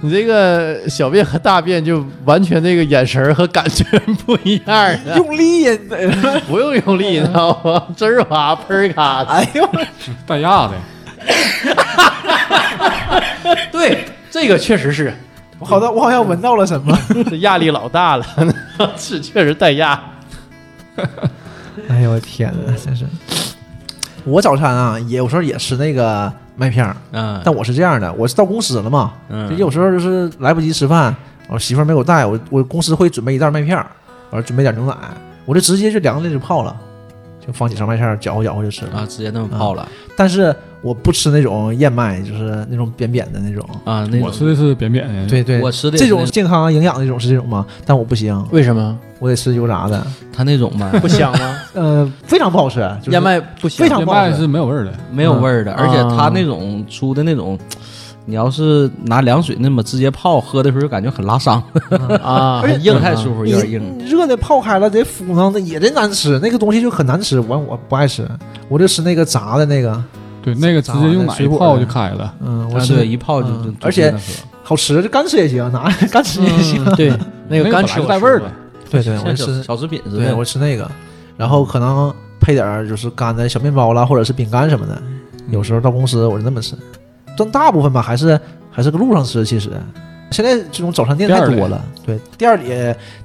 Speaker 1: 你这个小便和大便就完全这个眼神儿和感觉不一样儿了，
Speaker 4: 用力呀！你得
Speaker 1: 不用用力，你知道吗？ 滋儿哇，喷儿咔的。
Speaker 4: 哎呦，
Speaker 2: 带压的，
Speaker 1: 哎对，这个确实是，
Speaker 4: 我好像我好像闻到了什么。
Speaker 1: 这压力老大了， 是确实带压。
Speaker 4: 哎呦我天哪，真是！我早餐啊，也有时候也吃那个麦片儿，
Speaker 3: 嗯
Speaker 4: 但我是这样的，我是到公司了嘛，就有时候就是来不及吃饭，我媳妇儿没给我带，我我公司会准备一袋麦片儿，完了准备点牛奶，我就直接就凉的就泡了，就放几勺麦片儿搅和搅和就吃了。
Speaker 3: 啊，直接那么泡了
Speaker 4: 但是我不吃那种燕麦，就是那种扁扁的那种。
Speaker 3: 啊？那
Speaker 2: 我吃的是扁扁的，
Speaker 4: 对对，
Speaker 3: 嗯我吃的也
Speaker 4: 这
Speaker 3: 是
Speaker 4: 种
Speaker 3: 那
Speaker 4: 健康营养的这种是这种吗？但我不行，
Speaker 1: 为什么
Speaker 4: 我得吃油炸的，
Speaker 3: 他那种 吧，
Speaker 1: 不香吗？
Speaker 4: 呃，非常不好吃，就是
Speaker 1: 燕麦不香，
Speaker 4: 非常
Speaker 2: 燕
Speaker 4: 不好
Speaker 2: 麦
Speaker 4: 吃。
Speaker 2: 是没有味儿的，
Speaker 3: 没有味儿的，
Speaker 1: 嗯
Speaker 3: 而且他那种出的那种，你要是拿凉水那么直接泡，喝的时候就感觉很拉伤，
Speaker 1: 啊，很硬
Speaker 3: 不
Speaker 1: 啊
Speaker 3: 太舒服，有点硬。
Speaker 4: 你热的泡开了，得敷上，那也真难吃，那个东西就很难吃。完我不爱吃，我就吃那个炸的那个，
Speaker 2: 对，那个直接用奶一泡就开了，
Speaker 4: 嗯，我
Speaker 3: 啊，
Speaker 4: 吃、
Speaker 3: 对，一泡就
Speaker 4: 嗯
Speaker 3: 就就
Speaker 4: 而且
Speaker 3: 就那
Speaker 4: 好吃，就干吃也行， 拿干吃也行。
Speaker 1: 嗯对， 那个
Speaker 2: 个
Speaker 1: 干
Speaker 2: 本来
Speaker 1: 吃
Speaker 2: 就
Speaker 1: 我
Speaker 2: 带味儿的，
Speaker 3: 嗯
Speaker 4: 对对，
Speaker 3: 喝
Speaker 4: 我
Speaker 3: 像
Speaker 4: 吃
Speaker 3: 小，小食品似
Speaker 4: 对
Speaker 3: 的。
Speaker 4: 我吃那个，然后可能配点儿就是干的小面包啊啦，或者是饼干什么的。
Speaker 3: 嗯
Speaker 4: 有时候到公司我是那么吃，但大部分吧还是还是个路上吃。其实现在这种早餐店太多了，对店儿里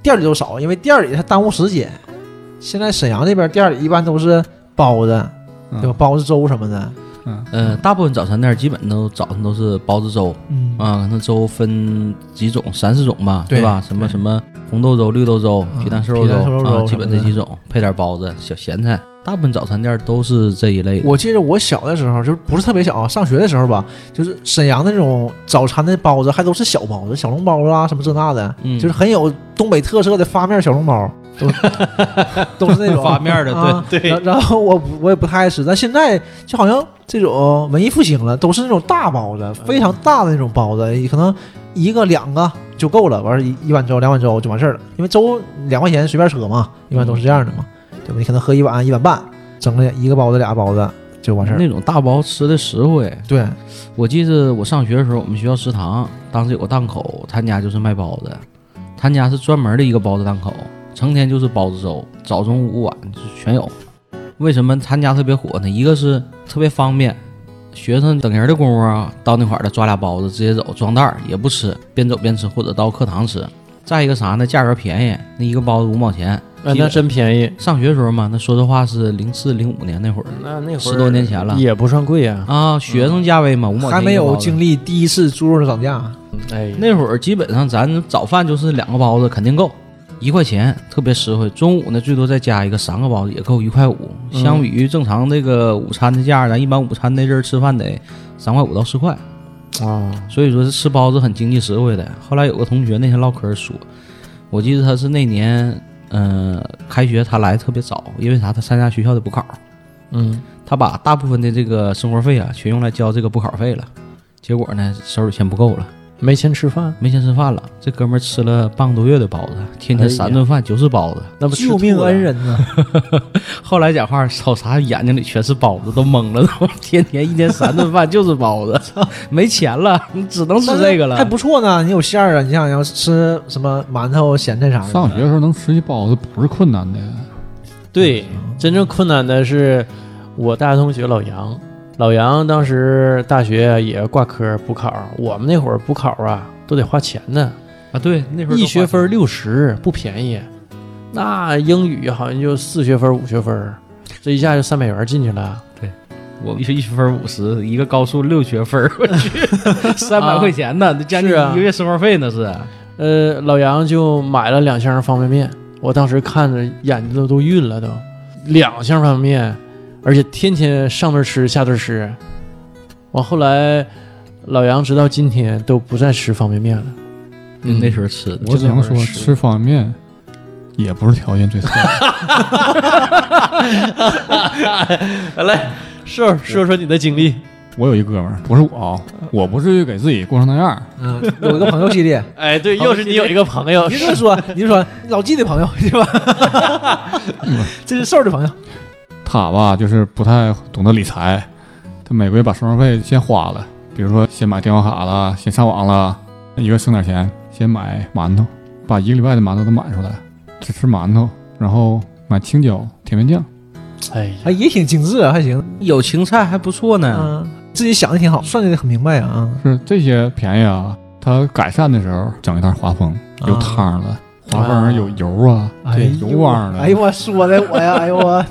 Speaker 4: 店儿里都少，因为店儿里它耽误时间。现在沈阳这边店儿里一般都是包子，
Speaker 2: 嗯
Speaker 4: 对吧？包子粥什么的，
Speaker 2: 嗯，
Speaker 3: 嗯，大部分早餐店基本都早上都是包子粥
Speaker 4: 嗯
Speaker 3: 啊，那粥分几种，三四种吧，
Speaker 4: 对
Speaker 3: 对吧？什么什么红豆粥、绿豆粥、
Speaker 4: 嗯
Speaker 3: 皮蛋瘦
Speaker 4: 皮蛋瘦肉
Speaker 3: 肉
Speaker 4: 粥
Speaker 3: 啊，
Speaker 4: 什
Speaker 3: 基本这
Speaker 4: 么的
Speaker 3: 几种，配点包子、小咸菜。大部分早餐店都是这一类的。
Speaker 4: 我记得我小的时候，就是不是特别小，上学的时候吧，就是沈阳那种早餐的包子，还都是小包子，小笼包啦、什么这那的，
Speaker 3: 嗯
Speaker 4: 就是很有东北特色的发面小笼包，都都 是那 种
Speaker 3: 发面的
Speaker 4: 啊、
Speaker 1: 对对
Speaker 4: 然然后我不我也不太爱吃，但现在就好像这种文艺复兴了，都是那种大包子，非
Speaker 3: 嗯
Speaker 4: 常大的那种包子，可能一个两个就够了，完事儿一一碗粥两碗粥就完事儿了，因为粥两块钱随便扯嘛，一般都是这样的嘛，对吧？你可能喝一碗一碗半，整了一个包子俩包子就完事儿了。
Speaker 3: 那种大包吃的实惠，
Speaker 4: 对，
Speaker 3: 我记得我上学的时候，我们学校食堂当时有个档口，他家就是卖包子，他家是专门的一个包子档口，成天就是包子粥，早中午晚就全有。为什么他家特别火呢？一个是特别方便，学生等人的功夫啊，到那块儿了抓俩包子直接走，装袋儿也不吃，边走边吃或者到课堂吃。再一个啥呢？价格便宜，那一个包子五毛钱。
Speaker 4: 哎
Speaker 1: 啊那真便宜。
Speaker 3: 上学的时候嘛，那说实话是零四零五年那会儿
Speaker 4: 嗯
Speaker 1: 那那会儿
Speaker 3: 十多年前了
Speaker 1: 也不算贵呀。
Speaker 3: 啊，学生价位嘛，五毛钱
Speaker 4: 还没
Speaker 3: 一个
Speaker 4: 有
Speaker 3: 包子
Speaker 4: 经历第一次猪肉的涨价，
Speaker 1: 哎，
Speaker 3: 那会儿基本上咱早饭就是两个包子肯定够，一块钱特别实惠。中午呢最多再加一个三个包子也够一块五。
Speaker 1: 嗯
Speaker 3: 相比于正常这个午餐的价，咱一般午餐那阵儿吃饭得三块五到四块，
Speaker 1: 啊，
Speaker 3: 所以说是吃包子很经济实惠的。后来有个同学那天唠嗑说，我记得他是那年，呃，开学他来特别早，因为啥？他参加学校的补考，
Speaker 1: 嗯，
Speaker 3: 他把大部分的这个生活费啊全用来交这个补考费了，结果呢手里钱不够了。
Speaker 1: 没钱吃饭，
Speaker 3: 没钱吃饭了，这哥们儿吃了半个多月的包子，天
Speaker 1: 哎呀
Speaker 3: 天三顿饭就是包子。
Speaker 1: 那不吃
Speaker 4: 救
Speaker 1: 吐
Speaker 4: 命
Speaker 1: 了
Speaker 4: 恩人呐！
Speaker 3: 后来讲话，瞅啥眼睛里全是包子，都懵了， 都天天一天三顿饭就是包子，没钱了，你只能吃这个了
Speaker 4: 还。不错呢。你有馅儿啊，你想想吃什么馒头、咸菜啥的。
Speaker 2: 上学的时候能吃一包子不是困难的，
Speaker 1: 对，
Speaker 3: 嗯
Speaker 1: 真正困难的是我大学同学老杨。老杨当时大学也挂科补考，我们那会儿补考啊都得花钱呢，
Speaker 3: 啊，对，那会儿
Speaker 1: 一学分六十不便宜。那英语好像就四学分五学分，这一下就三百元进去了，
Speaker 3: 我们一学一学分五十，一个高数六学分儿，我 去，三百
Speaker 1: 啊
Speaker 3: 块钱呢，那将近
Speaker 1: 是啊
Speaker 3: 一个月生活费那是。
Speaker 1: 呃，老杨就买了两箱方便面，我当时看着眼睛都都晕了都，两箱方便面，而且天天上顿吃下顿吃，完后来老杨直到今天都不再吃方便面了。嗯
Speaker 3: 那时候吃的，
Speaker 2: 我只能说
Speaker 1: 就这样吃
Speaker 2: 吃方便面也不是条件最差 的，
Speaker 1: 哎来说说说你的经历，
Speaker 2: 我有一哥们儿，不是我啊，我不至于给自己过成那样儿，
Speaker 4: 嗯，有一个朋友系列，
Speaker 1: 哎，对，又是你有一个朋友
Speaker 4: 你，就说，你就说老纪的朋友 对吧？ 这是瘦的朋友，
Speaker 2: 他吧就是不太懂得理财，他每个月把生活费先花了，比如说先买电话卡了，先上网了，一个月省点钱，先买馒头，把一个礼拜的馒头都买出来，只吃馒头，然后买青椒、甜面酱。
Speaker 1: 哎呀，
Speaker 4: 哎，也挺精致啊，还行，
Speaker 3: 有芹菜还不错呢。
Speaker 4: 嗯，自己想的挺好，算计的很明白啊，
Speaker 2: 是这些便宜啊，它改善的时候整一袋花蜂，
Speaker 4: 啊
Speaker 2: 有汤了，花蜂上有油啊，
Speaker 4: 啊
Speaker 2: 对
Speaker 4: 哎，呦
Speaker 2: 油汪的。
Speaker 4: 哎呦我说的我呀，哎呦我，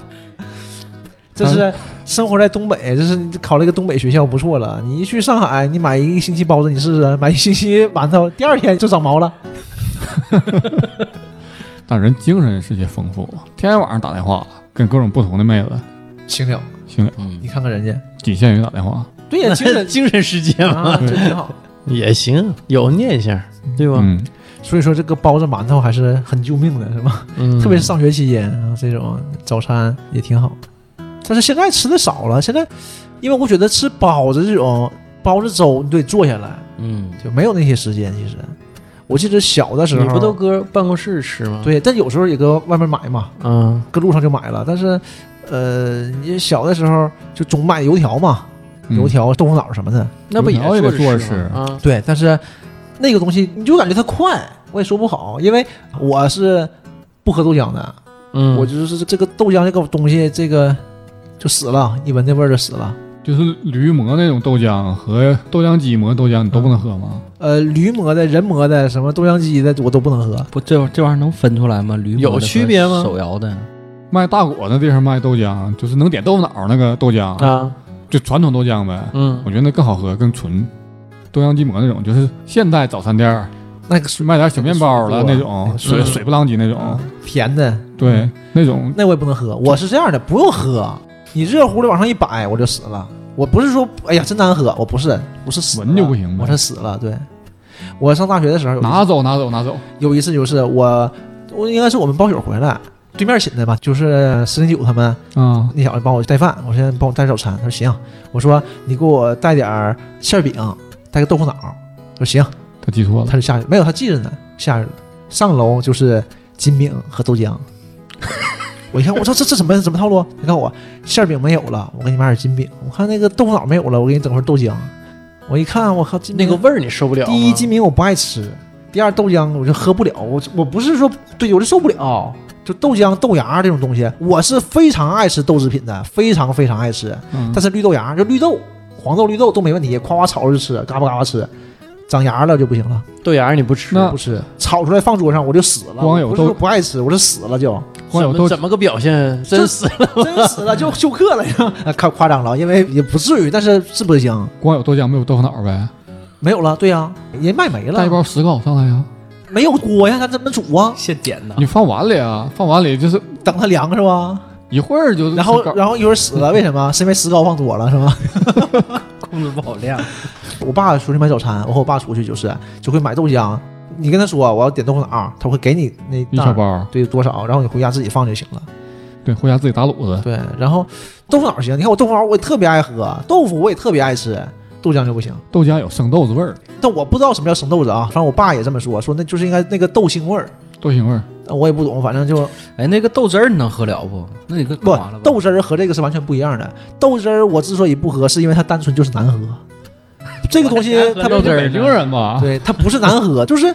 Speaker 4: 这是生活在东北，这是你考了一个东北学校，不错了。你一去上海，你买一个星期包子，你试试，买一星期馒头，第二天就长毛了。
Speaker 2: 但人精神世界丰富，天天晚上打电话，跟各种不同的妹子，
Speaker 4: 行了，
Speaker 2: 行了，
Speaker 3: 嗯
Speaker 4: 你，看看人家，
Speaker 2: 仅限于打电话。
Speaker 4: 对呀，精神
Speaker 1: 精神世界嘛，
Speaker 4: 啊，这挺好。
Speaker 1: 也行，有念想，对吧？
Speaker 2: 嗯，
Speaker 4: 所以说这个包子馒头还是很救命的，是吧？
Speaker 1: 嗯，
Speaker 4: 特别是上学期间啊，这种早餐也挺好。但是现在吃的少了，现在因为我觉得吃包子这种包子粥，你得坐下来，
Speaker 3: 嗯，
Speaker 4: 就没有那些时间。其实我记得小的时候，
Speaker 1: 你不都搁办公室吃吗？，
Speaker 4: 对，但有时候也搁外面买嘛，
Speaker 1: 嗯，
Speaker 4: 搁路上就买了。但是，呃，你小的时候就总买油条嘛，
Speaker 2: 嗯
Speaker 4: 油条、豆腐脑什么的。
Speaker 1: 那不
Speaker 2: 油条也得
Speaker 1: 坐
Speaker 2: 坐
Speaker 1: 着
Speaker 2: 着
Speaker 1: 吃吗啊？
Speaker 4: 对，但是那个东西你就感觉它快，我也说不好，因为我是不喝豆浆的，
Speaker 1: 嗯，
Speaker 4: 我就是这个豆浆这个东西，这个就死了，一闻那味儿就死了。
Speaker 2: 就是驴磨那种豆浆和豆浆机磨豆浆，你都不能喝吗？
Speaker 4: 呃，驴磨的、人磨的、什么豆浆机的，我都不能喝。
Speaker 3: 不，这这玩意儿能分出来吗？驴
Speaker 1: 有
Speaker 3: 磨的
Speaker 1: 区
Speaker 3: 和
Speaker 1: 别吗
Speaker 3: 手摇的，
Speaker 2: 卖大果那地方卖豆浆，就是能点豆腐脑那个豆浆，
Speaker 1: 啊，
Speaker 2: 就传统豆浆呗。
Speaker 1: 嗯
Speaker 2: 我觉得那更好喝，更纯。豆浆机磨那种就是现代早餐店儿
Speaker 4: 那个
Speaker 2: 去卖点小面包了
Speaker 4: 水
Speaker 2: 那
Speaker 4: 果啊
Speaker 2: 种，水
Speaker 1: 嗯
Speaker 2: 水不浪叽那种，
Speaker 4: 甜的
Speaker 2: 对，那种
Speaker 4: 那我也不能喝。
Speaker 2: 嗯
Speaker 4: 我是这样的，不用喝，你热乎的往上一摆，我就死了。我不是说，哎呀，真难喝，我不是，我是死了
Speaker 2: 闻就不行呗
Speaker 4: 我是死了。对，我上大学的时候有一次
Speaker 2: 拿走拿走拿走，
Speaker 4: 有一次就是我，我应该是我们包宿回来，对面寝的吧，就是石林九他们
Speaker 2: 啊，
Speaker 4: 那小子帮我带饭，我说帮我带早餐，他说行，我说你给我带点儿馅儿饼，带个豆腐脑，他说行，
Speaker 2: 他记错了
Speaker 4: 他，就下去，没有他记着呢，下去了，上楼就是金饼和豆浆。 我一看，我说这这怎么怎么套路？啊你看我馅儿饼没有了，我给你买点金饼。我看那个豆腐脑没有了，我给你整份豆浆。我一看，我靠，金
Speaker 1: 那
Speaker 4: 饼
Speaker 1: 个味儿你受不了吗。
Speaker 4: 第一金饼我不爱吃，第二豆浆我就喝不了，我我不是说对有的受不了，就豆浆豆芽这种东西，我是非常爱吃豆制品的，非常非常爱吃。
Speaker 2: 嗯
Speaker 4: 但是绿豆芽就绿豆、黄豆、绿豆都没问题，夸夸炒着就吃，嘎巴嘎巴吃。长芽了就不行了，
Speaker 1: 豆芽儿你不吃，
Speaker 2: 那
Speaker 4: 不吃，炒出来放桌上我就死了。
Speaker 2: 光有
Speaker 4: 我不是说
Speaker 2: 豆
Speaker 4: 不爱吃，我是死了就，
Speaker 2: 光有
Speaker 1: 怎么
Speaker 2: 豆
Speaker 1: 怎么个表现？真死了，
Speaker 4: 真死了就休克了呀！ 啊夸夸张了，因为也不至于，但是是不行，
Speaker 2: 光有豆浆没有豆腐脑呗，
Speaker 4: 没有了，对呀、人卖没
Speaker 2: 带一
Speaker 4: 了，
Speaker 2: 包石膏上来呀，
Speaker 4: 没有锅呀，咱怎么煮啊？
Speaker 3: 现点的
Speaker 2: 你放碗里啊，放碗里就是
Speaker 4: 等它凉是吧？
Speaker 2: 一会儿
Speaker 3: 嗯
Speaker 2: 就
Speaker 4: 然后
Speaker 2: 石膏
Speaker 4: 然后一会儿死 了，为什么？是因为石膏放多了是吗？
Speaker 3: 控制不好 量。
Speaker 4: 我爸出去买早餐，我和我爸出去就是就会买豆浆，你跟他说我要点豆腐脑，他会给你那
Speaker 2: 一
Speaker 4: 袋
Speaker 2: 小
Speaker 4: 儿
Speaker 2: 包，
Speaker 4: 对多少，然后你回家自己放就行了。
Speaker 2: 对，回家自己打卤子，
Speaker 4: 对，然后豆腐脑行，你看我豆腐脑我也特别爱喝，豆腐我也特别爱吃，豆浆就不行。
Speaker 2: 豆浆有生豆子味儿，
Speaker 4: 但我不知道什么叫生豆子啊，反正我爸也这么说，说那就是应该那个豆腥味儿，
Speaker 2: 豆腥味儿，
Speaker 4: 我也不懂，反正就
Speaker 3: 哎，那个豆汁儿你能喝了不？那你个
Speaker 4: 不
Speaker 3: 完了吧
Speaker 4: 豆汁儿和这个是完全不一样的。豆汁儿我之所以不喝，是因为它单纯就是难喝，这个 东西它
Speaker 1: 豆汁儿
Speaker 2: 北京人
Speaker 1: 啊
Speaker 2: 吧，
Speaker 4: 对，它不是难喝，就是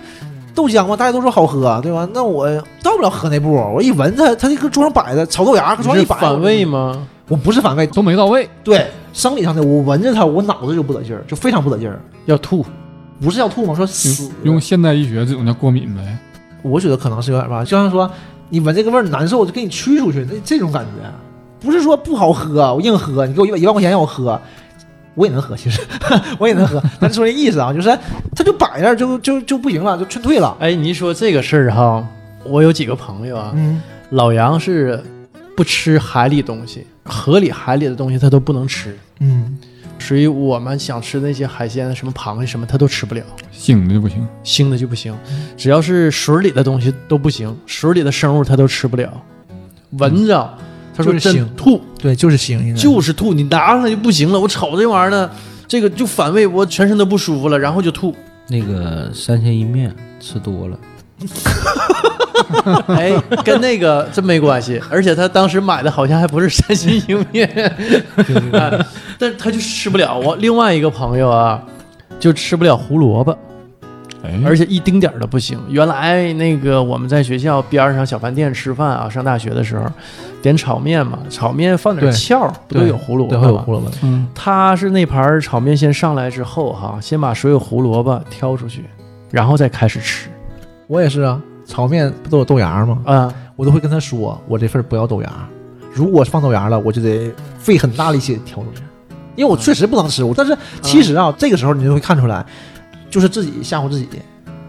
Speaker 4: 豆浆嘛，大家都说好喝，啊对吧？那我到不了喝那步，我一闻它，它就跟桌上摆的炒豆芽，跟桌
Speaker 1: 你
Speaker 4: 上
Speaker 1: 是
Speaker 4: 一摆，
Speaker 1: 反胃吗？
Speaker 4: 我不是反胃，
Speaker 2: 都没到位，
Speaker 4: 对，生理上的，我闻着它，我脑子就不得劲儿，就非常不得劲儿，
Speaker 1: 要吐，
Speaker 4: 不是要吐吗？说死
Speaker 2: 用，用现代医学这种叫过敏呗，
Speaker 4: 我觉得可能是有点吧，就像说你闻这个味儿难受，就给你驱出去，那这种感觉，不是说不好喝，我硬喝，你给我一万一万块钱让我喝。我也能喝，其实 我也能喝，但是说这意思啊，就是它就摆那儿，就就就不行了，就劝退了。
Speaker 1: 哎，你一说这个事儿哈，我有几个朋友啊，
Speaker 4: 嗯，
Speaker 1: 老杨是不吃海里东西，河里海里的东西他都不能吃，
Speaker 4: 嗯，
Speaker 1: 所以我们想吃那些海鲜，什么螃蟹什么，他都吃不了。
Speaker 2: 腥的就不行，
Speaker 1: 腥的就不行，只要是水里的东西都不行，水里的生物它都吃不了，蚊子、
Speaker 4: 他说
Speaker 1: 嗯就是
Speaker 4: 真
Speaker 1: 腥
Speaker 4: 吐，对，就是腥，应该
Speaker 1: 就是吐，你拿上来就不行了。我瞅这玩意儿呢，这个就反胃，我全身都不舒服了，然后就 吐。
Speaker 3: 那个三鲜一面吃多了，
Speaker 1: 哎，跟那个真没关系。而且他当时买的好像还不是三鲜迎 面，哎但是他就吃不了。我另外一个朋友啊，就吃不了胡萝卜，
Speaker 2: 哎，
Speaker 4: 嗯
Speaker 1: 而且一丁点儿都不行。原来那个我们在学校边儿上小饭店吃饭啊，上大学的时候点炒面嘛，炒面放点
Speaker 4: 对
Speaker 1: 馅儿，不都有胡萝卜
Speaker 4: 对，
Speaker 1: 吗？
Speaker 4: 会有胡萝卜的。
Speaker 2: 嗯，
Speaker 1: 他是那盘炒面先上来之后哈、先把所有胡萝卜挑出去，然后再开始吃
Speaker 4: 我也是啊，炒面不都有豆芽吗？
Speaker 1: 啊、
Speaker 4: 我都会跟他说，我这份儿不要豆芽，如果放豆芽了，我就得费很大力气调整，因为我确实不能吃。我但是其实啊，这个时候你就会看出来，就是自己吓唬自己，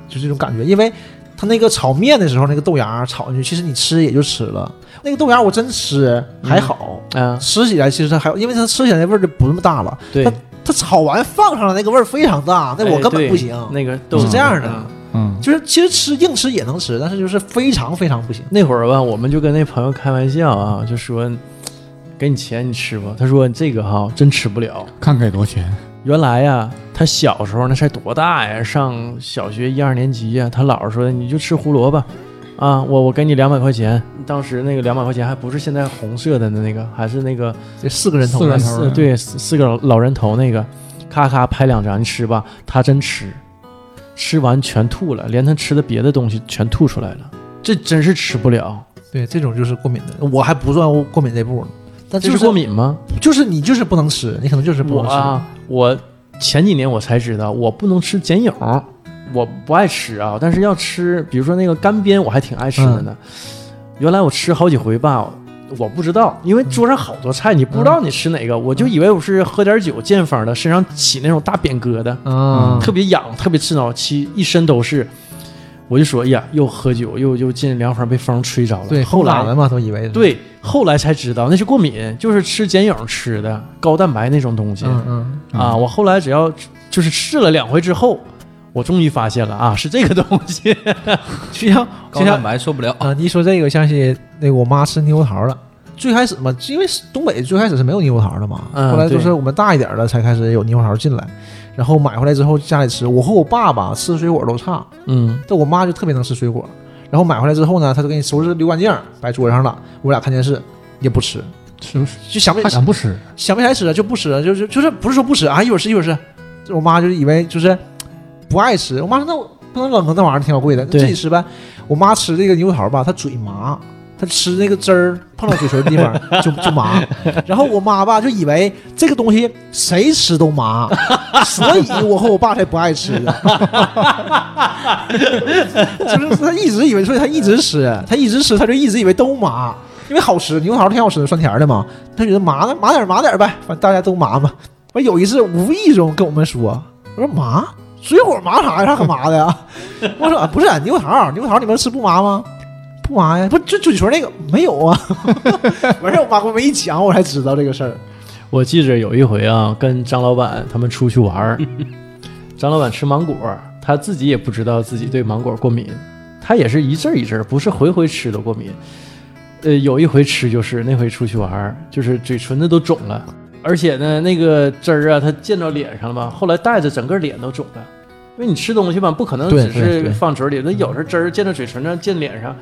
Speaker 4: 就这种感觉。因为他那个炒面的时候，那个豆芽炒进去，其实你吃也就吃了。那个豆芽我真吃还好，
Speaker 1: 啊，
Speaker 4: 吃起来其实还好，因为它吃起来味儿就不那么大了。
Speaker 1: 对，
Speaker 4: 它炒完放上来那个味儿非常大，那我
Speaker 1: 哎
Speaker 4: 根本
Speaker 1: 对
Speaker 4: 不行。
Speaker 1: 那个豆
Speaker 4: 是这样的
Speaker 1: 嗯
Speaker 2: 嗯，
Speaker 4: 就是其实吃硬吃也能吃，但是就是非常非常不行。
Speaker 1: 那会儿吧，我们就跟那朋友开玩笑啊，就说给你钱你吃吧。他说这个哈、真吃不了。
Speaker 2: 看给多少钱，
Speaker 1: 原来呀、他小时候那才多大呀，上小学一二年级呀、他姥儿说你就吃胡萝卜，啊，我我给你两百块钱。当时那个两百块钱还不是现在红色的那个，还是那个
Speaker 4: 这四个人头
Speaker 2: 四个
Speaker 4: 呢
Speaker 2: 人头
Speaker 1: 四对四四个老老人头那个，咔咔拍两张，你吃吧。他真吃，吃完全吐了，连他吃的别的东西全吐出来了。这真是吃不了，
Speaker 4: 对，这种就是过敏的，我还不算过敏这步呢。但
Speaker 1: 这
Speaker 4: 就是
Speaker 1: 是过，敏吗？
Speaker 4: 就是你就是不能吃，你可能就是不
Speaker 1: 我
Speaker 4: 能吃。嗯
Speaker 1: 啊，我前几年我才知道，我不能吃碱影儿，我不爱吃啊。但是要吃，比如说那个干煸，我还挺爱吃的
Speaker 4: 嗯
Speaker 1: 呢。原来我吃好几回吧，我不知道，因为
Speaker 4: 嗯
Speaker 1: 桌上好多菜，你不知道你吃哪个，我就以为我是喝点酒见风的，身上起那种大扁疙瘩，
Speaker 4: 啊，
Speaker 1: 嗯特别痒，特别刺挠，起一身都是。我就说，哎呀，又喝酒，又又进凉房，被风吹着了。
Speaker 4: 对，
Speaker 1: 后来
Speaker 4: 打的嘛，都以为是，
Speaker 1: 对，后来才知道那是过敏，就是吃碱影吃的高蛋白那种东西、
Speaker 4: 嗯嗯，
Speaker 1: 啊。我后来只要就是试了两回之后，我终于发现了啊，是这个东西。
Speaker 4: 就像
Speaker 3: 高
Speaker 4: 就
Speaker 3: 蛋
Speaker 4: 像
Speaker 3: 白受不了。
Speaker 4: 啊，你一说这个，想起那个我妈吃猕猴桃了。最开始嘛，因为东北最开始是没有猕猴桃的嘛，
Speaker 1: 嗯
Speaker 4: 后来就
Speaker 1: 对
Speaker 4: 是我们大一点了才开始有猕猴桃进来，然后买回来之后家里吃。我和我爸爸吃水果都差，
Speaker 1: 嗯
Speaker 4: 但我妈就特别能吃水果。然后买回来之后呢，她就给你收拾溜干净儿，摆桌上了。我俩看电视也不吃，
Speaker 2: 吃不吃？
Speaker 4: 就想不
Speaker 2: 还敢不吃？
Speaker 4: 想不起来吃就不吃，就是就是不是说不吃啊，一会儿吃一会儿吃。我妈就以为就是不爱吃，我妈说那我不能冷啊，那玩意儿挺老贵的，
Speaker 1: 对
Speaker 4: 自己吃呗。我妈吃这个猕猴桃吧，她嘴麻，她吃那个汁儿碰到嘴唇的地方 就就麻。然后我妈吧就以为这个东西谁吃都麻，所以我和我爸才不爱吃的。 就是她一直以为，所以她一直吃，她一直吃，她就一直以为都麻。因为好吃，猕猴桃挺好吃的，酸甜的嘛。他觉得麻呢，麻点儿麻点儿呗，反正大家都麻嘛。完有一次无意中跟我们说，我说麻水果麻啥呀，啥可麻的呀？ 我说、啊不是猕猴桃，猕猴桃你们吃不麻吗？不麻呀，不就嘴唇那个没有啊？ 完事儿我妈给我们一讲，我才知道这个事儿。
Speaker 1: 我记着有一回啊，跟张老板他们出去玩 儿，张老板吃芒果，他自己也不知道自己对芒果过敏，他也是一阵儿一阵儿，不是回回吃都过敏。呃，有一回吃就是那回出去玩儿，就是嘴唇子都肿了，而且呢，那个汁儿啊，它溅到脸上了嘛，后来带着整个脸都肿了。因为你吃东西吧，不可能
Speaker 4: 对
Speaker 1: 只
Speaker 4: 对嗯
Speaker 1: 是
Speaker 4: 对
Speaker 1: 放嘴里，那有时候汁儿溅到嘴唇上、溅脸上，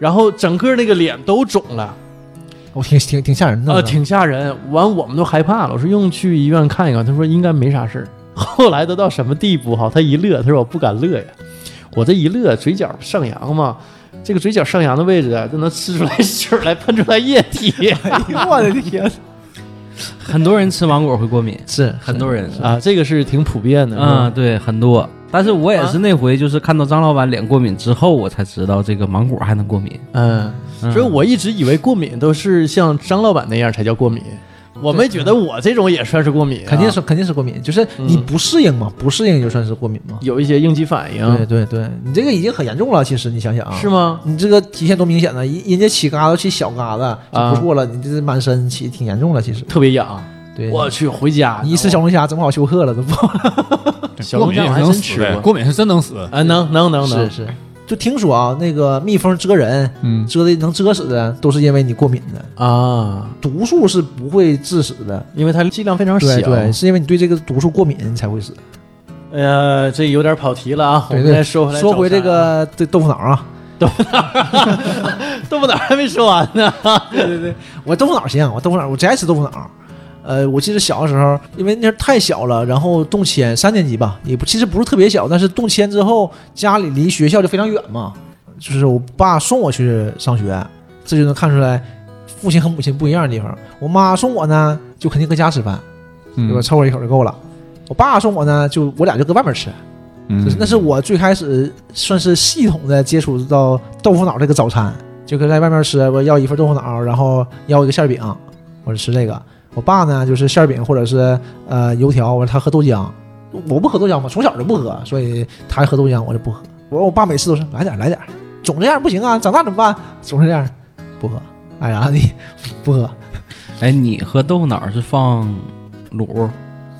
Speaker 1: 然后整个那个脸都肿了。
Speaker 4: 我哦挺挺挺吓人的，
Speaker 1: 啊，挺吓人。完，我们都害怕了。我说用去医院看一看，他说应该没啥事儿。 后来都到什么地步哈？他一乐，他说我不敢乐呀，我这一乐，嘴角上扬嘛，这个嘴角上扬的位置啊，就能吃出来水儿来，喷出来液 体
Speaker 4: 哎呦 我的天，
Speaker 3: 很多人吃芒果会过敏，
Speaker 4: 是
Speaker 3: 很多人是
Speaker 1: 啊，这个是嗯挺普遍
Speaker 4: 嗯
Speaker 1: 的。
Speaker 3: 啊、对，很多。但是我也是那回就是看到张老板脸过敏之后，我才知道这个芒果还能过敏。
Speaker 1: 嗯，
Speaker 3: 嗯
Speaker 1: 所以我一直以为过敏都是像张老板那样才叫过敏，我没觉得我这种也算是过敏啊、
Speaker 4: 肯定是肯定是过敏，就是你
Speaker 1: 嗯
Speaker 4: 不适应嘛，不适应就算是过敏嘛。
Speaker 1: 有一些应激反
Speaker 4: 对
Speaker 1: 应，
Speaker 4: 对对，你这个已经很严重了，其实你想想啊，
Speaker 1: 是吗？
Speaker 4: 你这个体现多明显呢？人人家起疙瘩都起小疙瘩
Speaker 1: 啊
Speaker 4: 就不错了，你这是满身起挺严重了，其实。
Speaker 1: 特别痒，
Speaker 4: 对，
Speaker 1: 我啊去回家
Speaker 4: 你一吃小龙虾整不好休克了，都不好。
Speaker 1: 小
Speaker 2: 过
Speaker 1: 龙
Speaker 2: 敏
Speaker 1: 虾
Speaker 2: 也
Speaker 1: 我
Speaker 2: 是
Speaker 1: 还
Speaker 2: 能
Speaker 1: 真
Speaker 2: 死
Speaker 1: 吃
Speaker 2: 的，
Speaker 1: 过
Speaker 2: 过敏是真能死。
Speaker 1: 呃啊，能能能能
Speaker 4: 是，就听说啊，那个蜜蜂蛰人，
Speaker 2: 嗯，
Speaker 4: 蛰的能蛰死的，都是因为你过敏的，
Speaker 1: 啊，
Speaker 4: 毒素是不会致死的。
Speaker 1: 因为它剂量非常小。
Speaker 4: 对对，是因为你对这个毒素过敏，你才会死。
Speaker 1: 哎呀，这有点跑题了啊，我
Speaker 4: 对
Speaker 1: 们
Speaker 4: 对
Speaker 1: 再说回来。啊
Speaker 4: 说回这，个这豆腐脑啊，
Speaker 1: 豆腐脑还没说完呢。
Speaker 4: 对对对，我豆腐脑行，我豆腐脑，我最爱吃豆腐脑。呃，我记得小的时候，因为那时候太小了，然后动迁，三年级吧，也不其实不是特别小，但是动迁之后，家里离学校就非常远嘛，就是我爸送我去上学，这就能看出来父亲和母亲不一样的地方。我妈送我呢，就肯定搁家吃饭，对吧？
Speaker 2: 嗯
Speaker 4: 凑合一口就够了。我爸送我呢，就我俩就搁外面吃，
Speaker 2: 嗯
Speaker 4: 就是那是我最开始算是系统的接触到豆腐脑这个早餐，就跟在外面吃，我要一份豆腐脑，然后要一个馅儿饼，我就吃这个。我爸呢就是馅儿饼或者是呃油条，我说他喝豆浆，我不喝豆浆嘛，从小就不喝，所以他喝豆浆我就不喝。我说我爸每次都是来点儿来点儿，总这样不行啊，长大怎么办？总是这样，不喝，爱咋地不喝。
Speaker 3: 哎，你喝豆腐脑儿是放卤，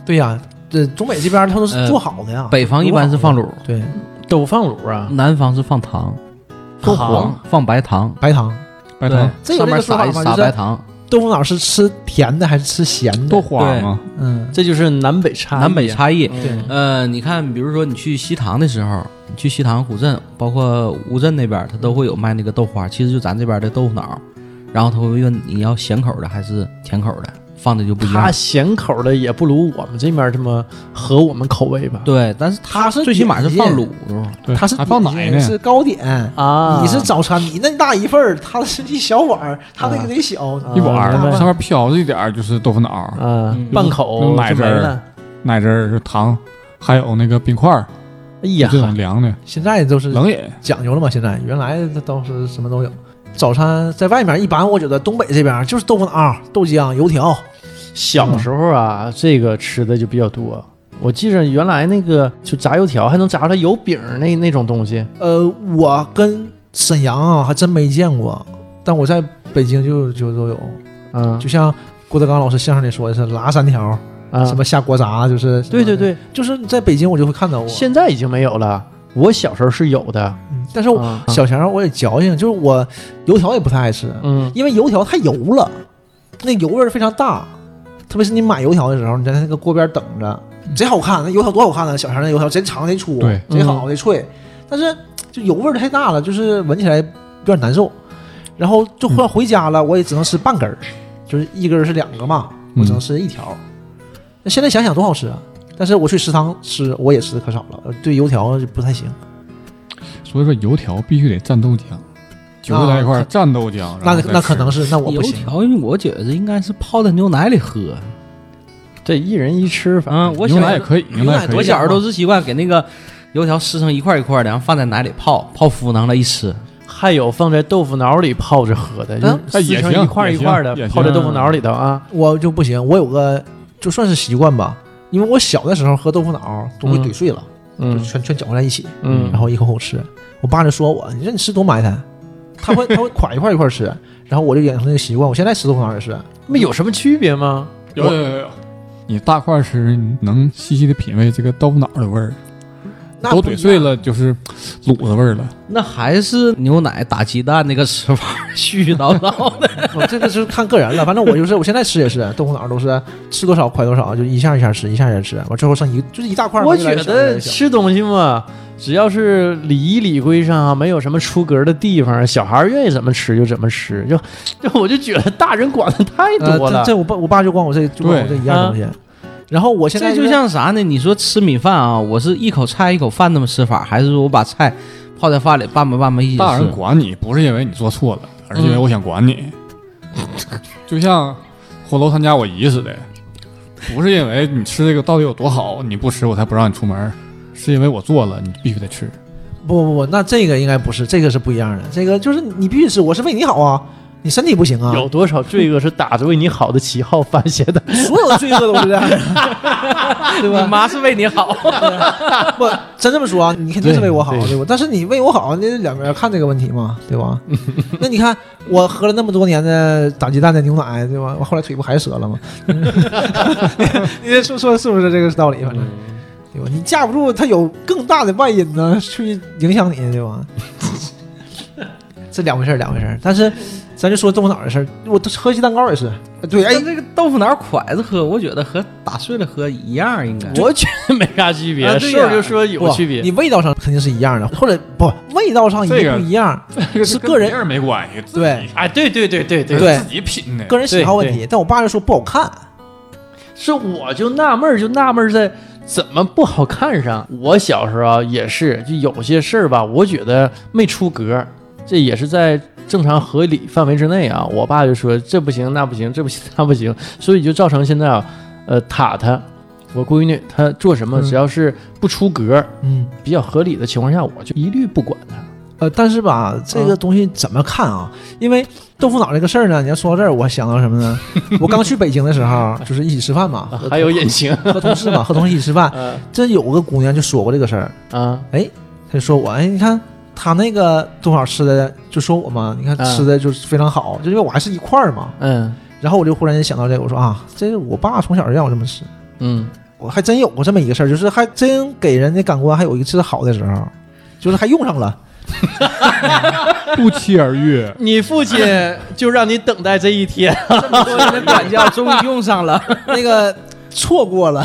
Speaker 4: 对呀、这东北这边他都是
Speaker 3: 呃
Speaker 4: 做好的呀，
Speaker 3: 北方一般是放卤，
Speaker 4: 对
Speaker 1: 豆放卤啊，
Speaker 3: 南方是放糖，
Speaker 1: 放
Speaker 3: 放黄放白糖，
Speaker 4: 白糖。
Speaker 2: 白糖
Speaker 3: 对，
Speaker 4: 这
Speaker 3: 上
Speaker 4: 有这
Speaker 3: 面
Speaker 4: 个说
Speaker 3: 撒
Speaker 4: 法
Speaker 3: 一
Speaker 4: 吗
Speaker 3: 撒
Speaker 4: 就是
Speaker 3: 白糖，
Speaker 4: 豆腐脑是吃甜的还是吃咸的？
Speaker 2: 多花嘛，
Speaker 4: 嗯，
Speaker 1: 这就是南北差异啊
Speaker 3: 南北差异。
Speaker 1: 嗯
Speaker 4: 对
Speaker 3: 呃，你看，比如说你去西塘的时候，你去西塘古镇，包括乌镇那边儿，它都会有卖那个豆花，其实就咱这边儿的豆腐脑儿，然后他会问你要咸口儿的还是甜口儿的，放的就不一
Speaker 1: 它
Speaker 3: 样。
Speaker 1: 咸口的也不如我们这面这么合我们口味吧？
Speaker 3: 对，但是
Speaker 4: 它
Speaker 3: 它
Speaker 4: 是
Speaker 3: 最起码是
Speaker 4: 底
Speaker 3: 放
Speaker 4: 下
Speaker 3: 卤，
Speaker 2: 对，
Speaker 4: 它是
Speaker 2: 还放奶呢
Speaker 4: 你，是糕点，
Speaker 1: 啊，
Speaker 4: 你是早餐，你那大一份儿，它是一小碗儿，它那
Speaker 1: 啊
Speaker 4: 个得小
Speaker 1: 啊
Speaker 2: 一碗儿
Speaker 1: 明白
Speaker 2: 上面飘着一点儿就是豆腐脑、
Speaker 1: 啊
Speaker 3: 嗯
Speaker 1: 半口
Speaker 2: 嗯奶
Speaker 1: 就
Speaker 2: 汁
Speaker 1: 没
Speaker 2: 儿
Speaker 1: 了。
Speaker 2: 奶汁儿、糖，还有那个冰块儿，
Speaker 1: 哎
Speaker 2: 就
Speaker 1: 呀，
Speaker 2: 这种凉的
Speaker 4: 现在都是
Speaker 2: 冷饮。
Speaker 4: 讲究了嘛，现在原来它都是什么都有。早餐在外面一般，我觉得东北这边儿就是豆腐脑、豆浆、油条，
Speaker 1: 小时候啊，这个吃的就比较多。我记着原来那个就炸油条，还能炸出来油饼儿那那种东西。
Speaker 4: 呃，我跟沈阳啊还真没见过，但我在北京就就都有，
Speaker 1: 嗯
Speaker 4: 就像郭德纲老师相声里说的是拉三条，
Speaker 1: 啊，
Speaker 4: 什么下锅炸，就是
Speaker 1: 对对，对，
Speaker 4: 就是在北京我就会看到过。
Speaker 1: 现在已经没有了。我小时候是有的，
Speaker 4: 嗯但是我
Speaker 1: 啊
Speaker 4: 小强我也矫情，就是我油条也不太爱吃，
Speaker 1: 嗯
Speaker 4: 因为油条太油了，那油味儿非常大。特别是你买油条的时候，你在那个锅边等着，贼好看，那油条多好看呢！小强那油条贼长贼粗
Speaker 2: 对，
Speaker 4: 贼好贼脆，但是就油味儿太大了，就是闻起来有点难受。然后就换回家了，我也只能吃半根儿，就是一根儿是两个嘛，我只能吃一条。那、现在想想多好吃啊！但是我去食堂吃，我也吃的可少了，对油条就不太行。
Speaker 2: 所以说油条必须得蘸豆浆，韭菜在一块儿蘸豆浆，然
Speaker 4: 那
Speaker 2: 后再
Speaker 4: 那可
Speaker 2: 吃
Speaker 4: 能是那我
Speaker 3: 油
Speaker 4: 不行。
Speaker 3: 条，我觉得应该是泡在牛奶里喝。
Speaker 1: 这一人一吃，反正
Speaker 3: 嗯，我
Speaker 2: 牛
Speaker 3: 小
Speaker 2: 奶也可以，牛奶也可
Speaker 4: 牛
Speaker 2: 以
Speaker 3: 我
Speaker 4: 奶多。
Speaker 3: 小时候都是习惯给那个油条撕成一块一块的，然后放在奶里泡，泡敷囊了一吃。
Speaker 1: 还有放在豆腐脑里泡着喝的，
Speaker 4: 嗯
Speaker 1: 就撕成一块儿一块儿的
Speaker 2: 也行也行
Speaker 1: 泡在豆腐脑里头啊。
Speaker 4: 我就不行，我有个就算是习惯吧，因为我小的时候喝豆腐脑都会
Speaker 1: 嗯
Speaker 4: 怼碎了，就
Speaker 1: 嗯
Speaker 4: 全全搅和在一起，
Speaker 1: 嗯
Speaker 4: 然后一口口吃。我爸就说我，你说你吃多埋汰，他 会他会垮一块一块吃，然后我就养成这个习惯。我现在吃豆腐脑也是，
Speaker 1: 那有什么区别吗？
Speaker 2: 有有有有，你大块吃，你能细细的品味这个豆腐脑的味儿，
Speaker 4: 那
Speaker 2: 都
Speaker 4: 不
Speaker 2: 怼
Speaker 4: 一样
Speaker 2: 碎。了就是卤的味儿了。
Speaker 3: 那还是牛奶打鸡蛋那个吃法， 絮絮叨叨的。
Speaker 4: 我哦这个是看个人了，反正我就是我现在吃也是豆腐脑都是吃多少快多少，就一下一下吃，一下一下吃，完最后剩一就是一大块儿嘛。
Speaker 1: 我
Speaker 4: 越来
Speaker 1: 觉
Speaker 4: 越小
Speaker 1: 得，
Speaker 4: 越来越小
Speaker 1: 吃东西嘛，只要是礼仪礼规上啊，没有什么出格的地方，小孩儿愿意怎么吃就怎么吃，就就我就觉得大人管的太
Speaker 4: 呃，
Speaker 1: 多了啊
Speaker 4: 这。这我爸我爸就管我这就管我这
Speaker 2: 对
Speaker 4: 一样东西，然后我现在
Speaker 3: 这就像啥呢？你说吃米饭啊，我是一口菜一口饭那么吃法，还是说我把菜泡在饭里拌吧拌吧一起
Speaker 2: 大人
Speaker 3: 吃？
Speaker 2: 管你不是因为你做错了，而是因为我想管你。就像火楼参加我姨似的，不是因为你吃这个到底有多好，你不吃我才不让你出门，是因为我做了，你必须得吃。
Speaker 4: 不不不，那这个应该不是，这个是不一样的。这个就是你必须吃，我是为你好啊，你身体不行啊，
Speaker 1: 有多少罪恶是打着为你好的旗号发泄的？
Speaker 4: 所有的罪恶都是这样的， 对
Speaker 3: 你
Speaker 4: 吧？
Speaker 3: 妈是为你好，
Speaker 4: 不，真这么说啊，你肯定是为我好，
Speaker 1: 对对
Speaker 4: 对吧？但是你为我好，那两边看这个问题嘛，对吧？那你看我喝了那么多年的打鸡蛋的牛奶，对吧？我后来腿不还折了吗？ 你你说说是不是这个道理？反
Speaker 1: 嗯
Speaker 4: 正。对吧？你架不住它有更大的外因呢，去影响你，对吧？ 这两回事儿，两回事儿。但是咱就说豆腐脑的事儿，我喝鸡蛋糕也是，对，哎
Speaker 3: 哎，，这个豆腐脑蒯子喝，我觉得和打碎了喝一样，应该。
Speaker 1: 我觉得没啥区别，
Speaker 3: 啊对
Speaker 1: 是
Speaker 3: 呀
Speaker 1: 就说有
Speaker 4: 不
Speaker 1: 区别
Speaker 4: 你。味道上肯定是一样的，或者不味道上一
Speaker 2: 这
Speaker 4: 定
Speaker 2: 个
Speaker 4: 不一样，
Speaker 2: 这
Speaker 4: 是
Speaker 2: 跟
Speaker 4: 个人
Speaker 2: 别没关系，自己
Speaker 4: 对
Speaker 1: 哎，对对对对对，
Speaker 4: 对
Speaker 2: 自己品的。
Speaker 4: 个人喜好问题。但我爸就说不好看，
Speaker 1: 是我就纳闷儿，就纳闷儿在怎么不好看上。我小时候啊也是，就有些事儿吧，我觉得没出格儿，这也是在正常合理范围之内啊。 我爸就说这不行那不行，这不行那不行，所以就造成现在啊，呃，塔塔，我闺女她做什么，
Speaker 4: 嗯
Speaker 1: 只要是不出格儿、
Speaker 4: 嗯，
Speaker 1: 比较合理的情况下，我就一律不管她。
Speaker 4: 呃，但是吧，这个东西怎么看啊？因为豆腐脑这个事儿呢，你要说到这儿，我想到什么呢？我刚去北京的时候，就是一起吃饭嘛，
Speaker 1: 啊还有隐情，
Speaker 4: 和同事嘛，和同事一起吃饭，
Speaker 1: 呃
Speaker 4: 这有个姑娘就说过这个事儿，
Speaker 1: 啊，
Speaker 4: 她就说我，哎，你看她那个豆腐脑吃的，就说我嘛，你看
Speaker 1: 嗯
Speaker 4: 吃的就是非常好，就因为我还是一块儿嘛。
Speaker 1: 嗯
Speaker 4: 然后我就忽然间想到这个，我说啊，这是我爸从小就让我这么吃，
Speaker 1: 嗯，
Speaker 4: 我还真有过这么一个事儿，就是还真给人的感官还有一次好的时候，就是还用上了。
Speaker 2: 不期而遇。
Speaker 1: 你父亲就让你等待这一 天，
Speaker 3: 这么多年的管教终于用上了，
Speaker 4: 那个错 过了，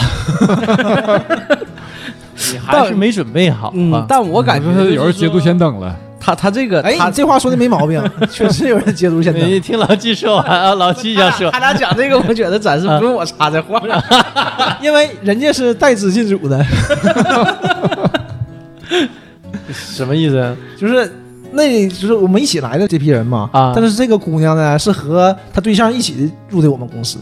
Speaker 1: 你还是没准备好
Speaker 3: 嗯
Speaker 1: 啊，。
Speaker 3: 但我感觉
Speaker 2: 就是有人
Speaker 3: 就是
Speaker 2: 捷
Speaker 3: 说
Speaker 2: 足先登了，
Speaker 3: 他他这个，
Speaker 4: 哎，
Speaker 3: 他
Speaker 4: 你 这话说的没毛病，确实有人解读现在。
Speaker 1: 你听老季说完啊，老季想说啊
Speaker 3: 他，俩讲这个，我觉得暂时不用我插这话。
Speaker 4: 因为人家是带资进组的，
Speaker 1: 什么意思？
Speaker 4: 就是那就是我们一起来的这批人嘛。
Speaker 1: 啊
Speaker 4: 但是这个姑娘呢，是和她对象一起入的我们公司，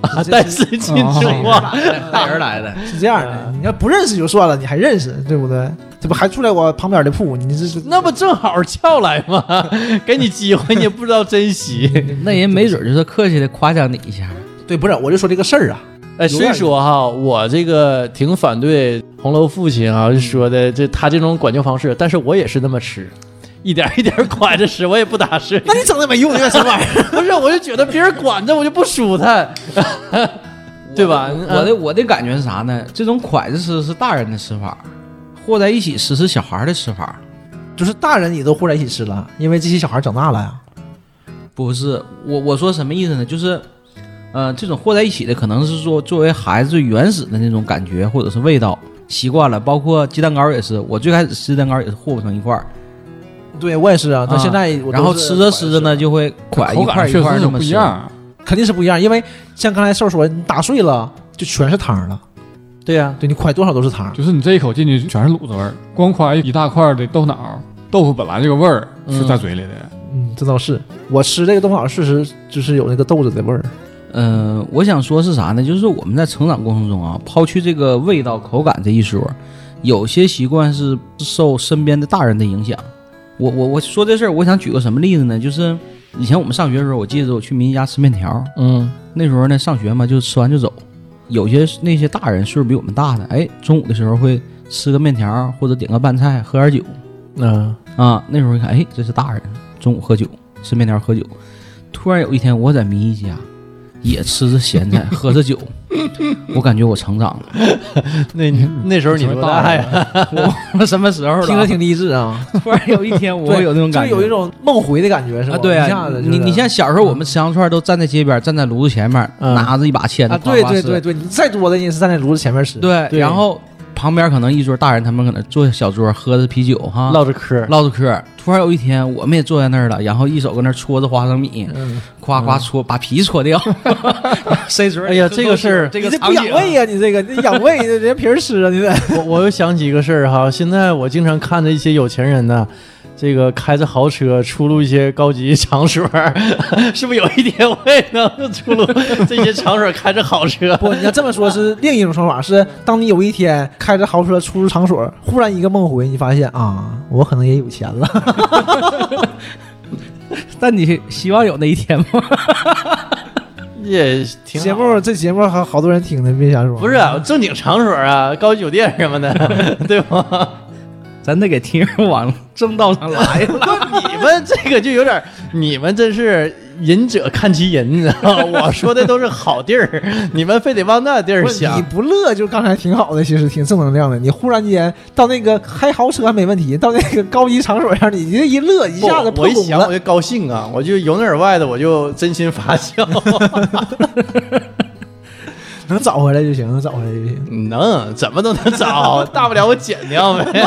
Speaker 1: 啊，带资进组啊！
Speaker 3: 带人来的，
Speaker 4: 是这样的。你要不认识就算了，你还认识，对不对？这不还住在我旁边的铺？你这是
Speaker 1: 那不正好撬来吗？ 给你机会，你也不知道珍惜。
Speaker 3: 那人没准就是客气的夸奖你一下。
Speaker 4: 对，不是？我就说这个事儿啊，
Speaker 1: 哎，所以说哈，我这个挺反对红楼父亲啊说的这他这种管教方式，但是我也是那么吃，一点 一点管着吃，我也不打碎。
Speaker 4: 那你整那没用的什么玩意儿？
Speaker 1: 不是，我就觉得别人管着我就不舒 坦，对吧？嗯
Speaker 3: 我的我的感觉是啥呢？这种蒯子吃是大人的吃法，和在一起吃是小孩儿的吃法。
Speaker 4: 就是大人也都和在一起吃了，因为这些小孩长大了呀。
Speaker 3: 不是我我说什么意思呢？就是，呃，这种和在一起的，可能是说作为孩子最原始的那种感觉或者是味道习惯了。包括鸡蛋糕也是，我最开始吃鸡蛋糕也是和不成一块儿，
Speaker 4: 对我也是啊，到
Speaker 3: 啊
Speaker 4: 现在我都是
Speaker 3: 然后吃着吃着呢，就会
Speaker 2: 口
Speaker 3: 蒯一块
Speaker 2: 感
Speaker 3: 一
Speaker 2: 确
Speaker 3: 块儿
Speaker 2: 实
Speaker 3: 那
Speaker 2: 就
Speaker 3: 么
Speaker 2: 不一。
Speaker 3: 吃
Speaker 2: 样。
Speaker 4: 肯定是不一样，因为像刚才瘦说，你打碎了就全是汤了，
Speaker 1: 对呀、
Speaker 4: 对你快多少都是汤。
Speaker 2: 就是你这一口进去全是卤子味儿，光夸一大块的豆腐脑，豆腐本来这个味儿是在嘴里的，
Speaker 4: 嗯，这倒是，我吃这个豆腐脑确实就是有那个豆子的味儿。
Speaker 3: 嗯、我想说是啥呢？就是我们在成长过程中啊，抛去这个味道、口感这一说，有些习惯是受身边的大人的影响。我我我说这事儿，我想举个什么例子呢？就是以前我们上学的时候，我记得我去民家吃面条，
Speaker 1: 嗯
Speaker 3: 那时候呢，上学嘛，就吃完就走。有些那些大人岁数比我们大的，哎，中午的时候会吃个面条或者点个拌菜，喝点酒
Speaker 1: 嗯
Speaker 3: 啊。那时候一看，哎，这是大人，中午喝酒吃面条喝酒。突然有一天，我在迷姨家也吃着咸菜，喝着酒，我感觉我成长了。
Speaker 1: 那那时候你多大呀？
Speaker 3: 我忘了什 么时候
Speaker 4: 听着
Speaker 3: 了。
Speaker 4: 挺励志啊，
Speaker 3: 突然有一天， 我有那种感
Speaker 4: 就
Speaker 3: 觉，
Speaker 4: 有一种梦回的感觉，是
Speaker 3: 啊，
Speaker 4: 吧？
Speaker 3: 对
Speaker 4: 一
Speaker 3: 啊
Speaker 4: 下子，就是
Speaker 3: 你你像小时候我们吃羊肉串都站在街边，站在炉子前面，
Speaker 1: 嗯
Speaker 3: 拿着一把签子，
Speaker 4: 啊，
Speaker 3: 夸
Speaker 4: 对
Speaker 3: 夸
Speaker 4: 对
Speaker 3: 吃
Speaker 4: 对对，你再多的你也是站在炉子前面吃。
Speaker 3: 对，
Speaker 1: 对
Speaker 3: 然后旁边可能一桌大人，他们可能坐小桌喝着啤酒哈，
Speaker 1: 唠着嗑儿，
Speaker 3: 唠着嗑儿。突然有一天，我们也坐在那儿了，然后一手搁那儿搓着花生米，
Speaker 4: 嗯，
Speaker 3: 夸夸搓，把皮搓掉。谁知道
Speaker 1: 哎呀这个事儿
Speaker 3: 这
Speaker 4: 你
Speaker 3: 个
Speaker 4: 这不
Speaker 3: 场
Speaker 4: 养
Speaker 3: 景
Speaker 4: 胃呀、你这个你养胃，人家平时吃啊，你这
Speaker 1: 我我又想起一个事儿哈，现在我经常看着一些有钱人呢，这个开着豪车出入一些高级场所儿， 是不是有一天我也能出入这些场所，开着豪 车？
Speaker 4: 不，你要这么说，是另一种说法，是当你有一天开着豪车出入场所，忽然一个梦回，你发现啊，我可能也有钱了。
Speaker 3: 但你希望有那一天吗？
Speaker 1: 也挺好
Speaker 4: 节目这节目好好多人听的，别瞎说。
Speaker 1: 不是啊正经场所啊，高级酒店什么的， 对 吧？
Speaker 3: 咱得给听友往正道上拉一拉。
Speaker 1: 不，你们这个就有点儿，你们真是仁者看其人， 你知道吗？我说的都是好地儿，你们非得往那地儿
Speaker 4: 不是
Speaker 1: 想
Speaker 4: 你。不乐，就刚才挺好的，其实挺正能量的。你忽然间到那个开豪车还没问题，到那个高级场所上，你这一乐一
Speaker 1: 一
Speaker 4: 下子
Speaker 1: 我
Speaker 4: 破
Speaker 1: 一
Speaker 4: 功
Speaker 1: 想我
Speaker 4: 了。
Speaker 1: 就高兴啊，我就由内而外的我就真心发笑。
Speaker 4: 能找回来就行，能找回来就 行。
Speaker 1: 能怎么都能找，大不了我剪掉呗。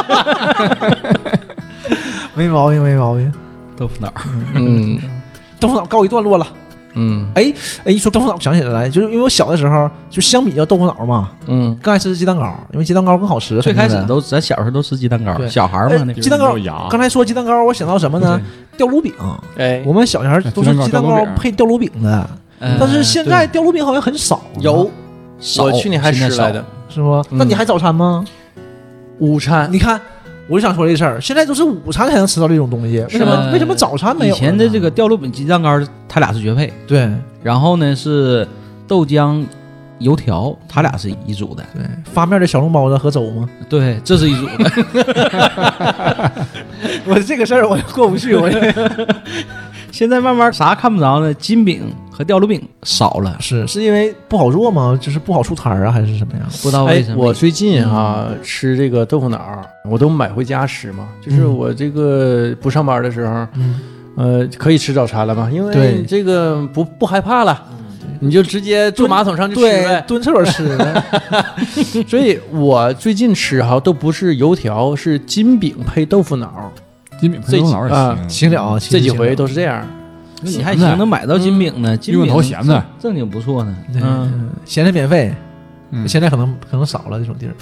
Speaker 4: 没毛病，没毛病。
Speaker 3: 豆腐脑儿，
Speaker 1: 嗯
Speaker 4: 豆腐脑告一段落了。
Speaker 1: 嗯
Speaker 4: 哎哎，一说豆腐脑，想起来，就是因为我小的时候，就相比较豆腐脑嘛，
Speaker 1: 嗯，
Speaker 4: 更爱吃鸡蛋糕，因为鸡蛋糕更好吃。
Speaker 3: 最开始
Speaker 4: 肯定的
Speaker 3: 都咱小时候都吃鸡蛋糕，
Speaker 4: 对
Speaker 3: 小孩儿嘛
Speaker 4: 哎
Speaker 3: 那
Speaker 4: 鸡蛋糕
Speaker 2: 有牙，
Speaker 4: 刚才说鸡蛋糕，我想到什么呢？吊炉饼。
Speaker 1: 哎
Speaker 4: 我，们小时候都是
Speaker 2: 哎
Speaker 4: 鸡
Speaker 2: 鸡蛋
Speaker 4: 蛋糕
Speaker 2: 糕
Speaker 4: 配吊炉饼的，
Speaker 3: 嗯
Speaker 4: 但是现在吊炉饼好像很少。
Speaker 1: 有，
Speaker 3: 哎少
Speaker 1: 我去年还吃来的，
Speaker 4: 是不？
Speaker 1: 嗯
Speaker 4: 那你还早餐吗？
Speaker 1: 午餐。
Speaker 4: 你看，我就想说这事儿，现在都是午餐才能吃到这种东西，为什么
Speaker 3: 呃
Speaker 4: 为什么早餐没
Speaker 3: 以
Speaker 4: 有呢？
Speaker 3: 前的这个吊炉饼、鸡蛋糕，它俩是绝配。
Speaker 4: 对
Speaker 3: 然后呢是豆浆、油条，它俩是一组的。
Speaker 4: 对发面的小笼包子和粥 吗？
Speaker 3: 对，这是一组的。
Speaker 4: 我这个事儿我过不去，我，
Speaker 3: 现在慢慢啥看不着呢，金饼和吊炉饼少了
Speaker 4: 是是因为不好做吗？就是不好出摊儿啊，还是什么呀？
Speaker 3: 不知道为
Speaker 1: 哎
Speaker 3: 什，么。
Speaker 1: 我最近啊吃这个豆腐脑儿，我都买回家吃嘛。就是
Speaker 4: 嗯
Speaker 1: 我这个不上班的时候，
Speaker 4: 嗯，
Speaker 1: 呃，可以吃早餐了嘛，因为
Speaker 4: 对
Speaker 1: 你这个不不害怕了，你就直接坐马桶上就吃
Speaker 4: 对，
Speaker 1: 呗。
Speaker 4: 蹲厕所吃 的，
Speaker 1: 所以我最近吃哈都不是油条，是金饼配豆腐脑儿，
Speaker 2: 金饼配豆腐脑
Speaker 1: 啊
Speaker 2: 儿也行，
Speaker 4: 行了，
Speaker 1: 这几回都是这样。
Speaker 3: 那你还行，能买到金饼呢，金
Speaker 2: 用
Speaker 3: 饼
Speaker 2: 头咸菜，
Speaker 3: 正经不错呢。嗯，
Speaker 4: 嗯，闲着免费，
Speaker 2: 嗯
Speaker 4: 现在可能可能少了这种地儿，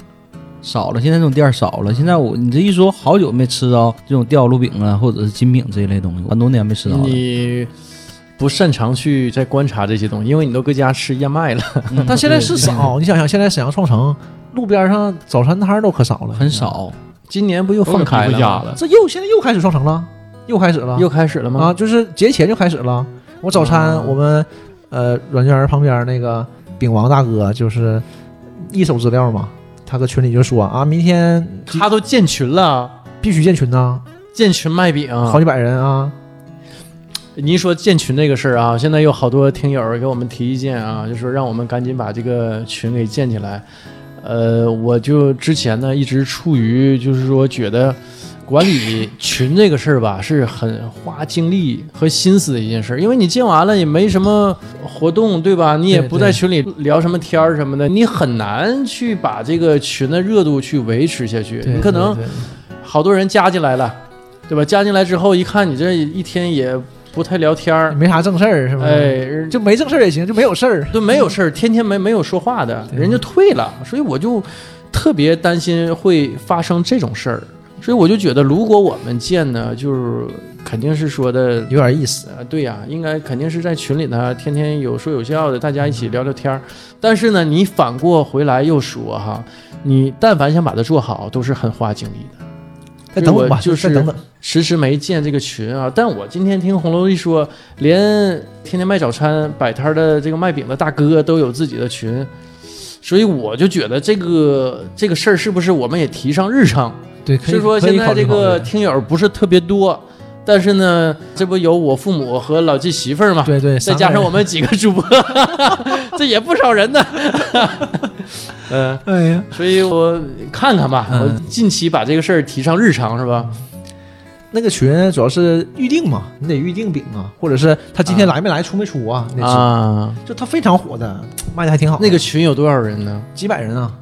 Speaker 3: 少了，现在这种店儿少了。现在我你这一说，好久没吃到这种吊炉饼啊，或者是金饼这一类东西，很多年没吃到了。
Speaker 1: 你不擅长去再观察这些东西，因为你都搁家吃燕麦了。
Speaker 3: 嗯
Speaker 4: 但现在是
Speaker 3: 对
Speaker 4: 少。你想想，现在沈阳创城路边上早餐摊儿都可少了，
Speaker 3: 嗯很。少，
Speaker 1: 今年不又放开
Speaker 2: 回
Speaker 1: 了
Speaker 2: 家
Speaker 1: 吗？
Speaker 2: 了。
Speaker 4: 这又现在又开始创城了，又开始了，
Speaker 1: 又开始了
Speaker 4: 啊，
Speaker 1: 吗？
Speaker 4: 就是节前就开始了。我早餐，
Speaker 1: 啊
Speaker 4: 我们呃软件儿旁边那个饼王大哥就是一手资料嘛，他搁群里就说啊，明天
Speaker 1: 他都建群了，
Speaker 4: 必须建群呐、
Speaker 1: 建群卖饼。
Speaker 4: 好几百人啊。
Speaker 1: 你一说建群这个事儿啊，现在有好多听友给我们提意见啊，就说让我们赶紧把这个群给建起来。呃，我就之前呢一直处于就是说觉得管理群这个事儿吧是很花精力和心思的一件事儿，因为你建完了也没什么活动，对吧？你也
Speaker 4: 对
Speaker 1: 不
Speaker 4: 对
Speaker 1: 在群里聊什么天儿什么的，你很难去把这个群的热度去维持下去。你可能
Speaker 4: 对对
Speaker 1: 好多人加进来了，对吧？加进来之后一看你这一天也不太聊天
Speaker 4: 对
Speaker 1: 儿，
Speaker 4: 没啥正事儿，是不是？
Speaker 1: 哎，
Speaker 4: 就没正事儿也行，就没有事儿。
Speaker 1: 都没有事儿，天天没没有说话的，
Speaker 4: 对
Speaker 1: 人就退了，所以我就特别担心会发生这种事儿，所以我就觉得如果我们见呢，就是肯定是说的
Speaker 4: 有点意思，
Speaker 1: 啊，对呀、应该肯定是在群里呢，天天有说有笑的，大家一起聊聊天儿。但是呢，你反过回来又说哈，你但凡想把它做好，都是很花精力的。
Speaker 4: 再等
Speaker 1: 我
Speaker 4: 等吧，
Speaker 1: 就是
Speaker 4: 再等等。
Speaker 1: 迟迟没建这个群啊，但我今天听红楼一说，连天天卖早餐摆摊儿的这个卖饼的大哥都有自己的群，所以我就觉得这个这个事儿是不是我们也提上日程？
Speaker 4: 对，可以
Speaker 1: 是说
Speaker 4: 可以
Speaker 1: 现在
Speaker 4: 考虑
Speaker 1: 这个
Speaker 4: 考虑
Speaker 1: 听友不是特别多，但是呢，这不有我父母和老纪媳妇儿嘛，
Speaker 4: 对对，
Speaker 1: 再
Speaker 4: 三个
Speaker 1: 加上
Speaker 4: 人
Speaker 1: 我，们几个主播， 这也不少 人呢。嗯、
Speaker 4: 哎呀，
Speaker 1: 所以我看看吧，
Speaker 4: 嗯
Speaker 1: 我近期把这个事儿提上日程是吧？
Speaker 4: 那个群主要是预定嘛，你得预定饼啊，或者是他今天
Speaker 1: 啊
Speaker 4: 来没来，出没出啊？你得知道
Speaker 1: 啊，
Speaker 4: 就他非常火的，卖的还挺好。
Speaker 1: 那个群有多少人呢？
Speaker 4: 几百人啊，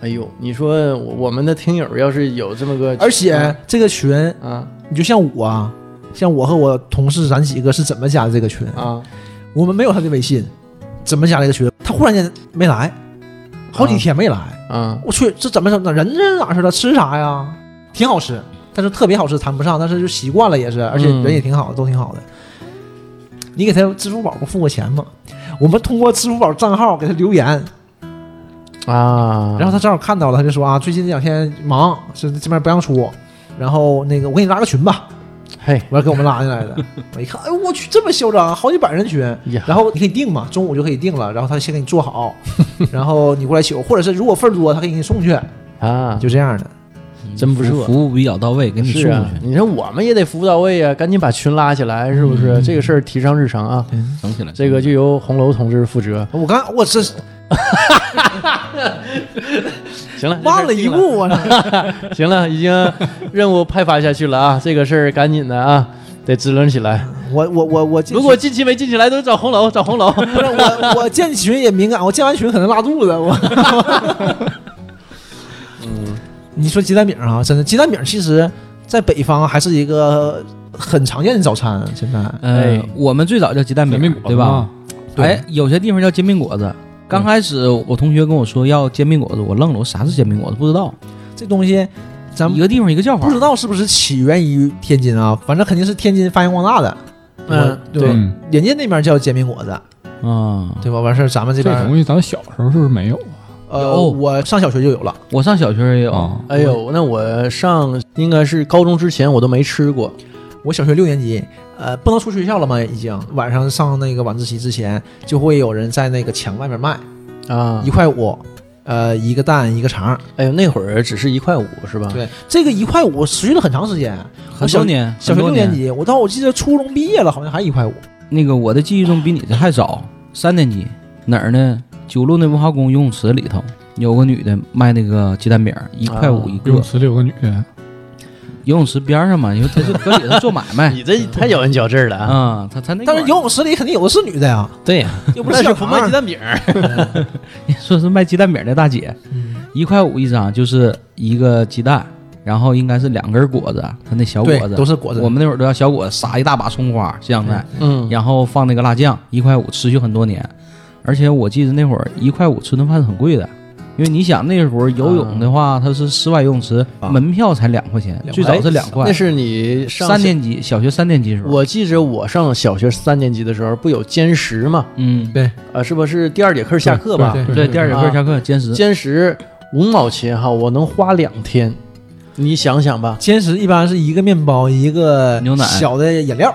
Speaker 1: 哎呦，你说我我们的听友要是有这么个，
Speaker 4: 而且这个群，
Speaker 1: 啊
Speaker 4: 你就像我啊，像我和我同事咱几个是怎么加的这个群？
Speaker 1: 啊，
Speaker 4: 我们没有他的微信，怎么加这个群？他忽然间没来，好几天没来，
Speaker 1: 啊，
Speaker 4: 我去，这怎么整的？人这哪去了？吃啥呀？挺好吃，但是特别好吃谈不上，但是就习惯了也是，而且
Speaker 1: 嗯
Speaker 4: 人也挺好的，都挺好的。你给他支付宝不付过钱吗？我们通过支付宝账号给他留言，
Speaker 1: 啊，
Speaker 4: 然后他正好看到了，他就说啊，最近这两天忙，这这边不让出，然后那个我给你拉个群吧，
Speaker 1: 嘿
Speaker 4: 我要给我们拉进来的。我一看，哎呦我去，这么嚣张，好几百人群。
Speaker 1: 呀，
Speaker 4: 然后你可以定嘛，中午就可以定了，然后他先给你做好，然后你过来取，或者是如果份儿多，他可以给你送去，
Speaker 1: 啊，
Speaker 4: 就这样的。
Speaker 1: 真不
Speaker 3: 嗯服
Speaker 1: 错
Speaker 3: 服务比较到位，给你送
Speaker 1: 是
Speaker 3: 过
Speaker 1: 啊
Speaker 3: 去，，
Speaker 1: 你说我们也得服务到位啊，赶紧把群拉起来，是不是？这个事儿提上日程啊，
Speaker 3: 整起来。
Speaker 1: 这个就由红楼同志负责。
Speaker 4: 我刚我这
Speaker 1: 行了，
Speaker 4: 忘了一步啊！
Speaker 1: 行了，已经任务派发下去了啊，这个事儿赶紧的啊，得支棱起来。
Speaker 4: 我我我我进
Speaker 1: 如果进期没进起来，都找红楼，找红楼。
Speaker 4: 不是我我建群也敏感，我建完群可能拉肚子。 我，嗯，你说鸡蛋饼啊，真的鸡蛋饼其实在北方还是一个很常见的早餐。现在
Speaker 3: 呃
Speaker 1: 哎，
Speaker 3: 我们最早叫鸡蛋饼，
Speaker 2: 煎饼果子
Speaker 3: 对吧
Speaker 2: 嘛？？
Speaker 4: 对
Speaker 3: 哎，有些地方叫煎饼果子。刚开始我同学跟我说要煎饼果子，我愣了，我啥是煎饼果子？不知道，
Speaker 4: 这东西，咱
Speaker 3: 一
Speaker 4: 们
Speaker 3: 个地方一个叫法
Speaker 4: 不。知道是不是起源于天津啊，反正肯定是天津发扬光大的。
Speaker 1: 嗯
Speaker 4: 我对吧，
Speaker 2: 嗯，
Speaker 4: 人家那边叫煎饼果子，
Speaker 3: 啊，
Speaker 4: 对吧？完事儿咱们这
Speaker 2: 这
Speaker 4: 边，
Speaker 2: 东西咱小时候是不是没有
Speaker 4: 呃，
Speaker 3: 有
Speaker 4: 我上小学就有了。
Speaker 3: 我上小学也有，
Speaker 2: 啊？
Speaker 1: 哎呦，那我上应该是高中之前我都没吃过，
Speaker 4: 我小学六年级，呃，不能出学校了嘛，已经晚上上那个晚自习之前，就会有人在那个墙外面卖
Speaker 1: 啊
Speaker 4: 一，块五，呃，一个蛋一个肠。
Speaker 1: 哎呦，那会儿只是一块五是吧？
Speaker 4: 对，这个一块五持续了很长时间，
Speaker 3: 很多年，
Speaker 4: 小
Speaker 3: 很
Speaker 4: 学
Speaker 3: 多
Speaker 4: 六年级，我到我记得初中毕业了，好像还一块五。
Speaker 3: 那个我的记忆中比你这还早，三年级哪儿呢？九路那文化宫游泳池里头有个女的卖那个鸡蛋饼，一块
Speaker 4: 啊
Speaker 3: 五一
Speaker 2: 游
Speaker 3: 个
Speaker 2: 泳。池里有个女的，
Speaker 3: 游泳池边上嘛，因为她是搁里头做买 卖
Speaker 1: 你这太咬文嚼字了啊！
Speaker 3: 啊，她她那
Speaker 4: 但是游泳池里肯定有的是女的呀，
Speaker 1: 对呀，
Speaker 4: 又不
Speaker 1: 那
Speaker 4: 是
Speaker 1: 是
Speaker 4: 小
Speaker 1: 不卖鸡
Speaker 4: 孩。
Speaker 1: 蛋饼儿，
Speaker 3: 说是卖鸡蛋饼的大姐，
Speaker 4: 嗯
Speaker 3: 一块五一张，就是一个鸡蛋，然后应该是两根果子，她那小
Speaker 4: 对
Speaker 3: 果，子
Speaker 4: 都是果子。
Speaker 3: 我们那会儿都要小果子，撒一大把葱花、西洋菜，
Speaker 1: 嗯，
Speaker 3: 然后放那个辣酱，一块五，持续很多年。而且我记得那会儿一块五吃顿饭是很贵的，因为你想那会儿游泳的
Speaker 1: 啊
Speaker 3: 话，它是室外游泳池，
Speaker 4: 啊
Speaker 3: 门票才两块钱，
Speaker 4: 两块
Speaker 3: 最早是两块
Speaker 1: 哎那。是你上
Speaker 3: 三。年级，小学三年级的时候，
Speaker 1: 我记着我上小学三年级的时候，不有歼十吗？
Speaker 3: 嗯，
Speaker 1: 啊，是不是第二节课下课吧？
Speaker 2: 对
Speaker 3: 对，第二节
Speaker 1: 啊
Speaker 3: 课下课歼十，
Speaker 1: 歼十五毛钱哈，我能花两天，你想想吧，
Speaker 4: 坚持一般是一个面包，一个
Speaker 3: 牛奶
Speaker 4: 小的饮料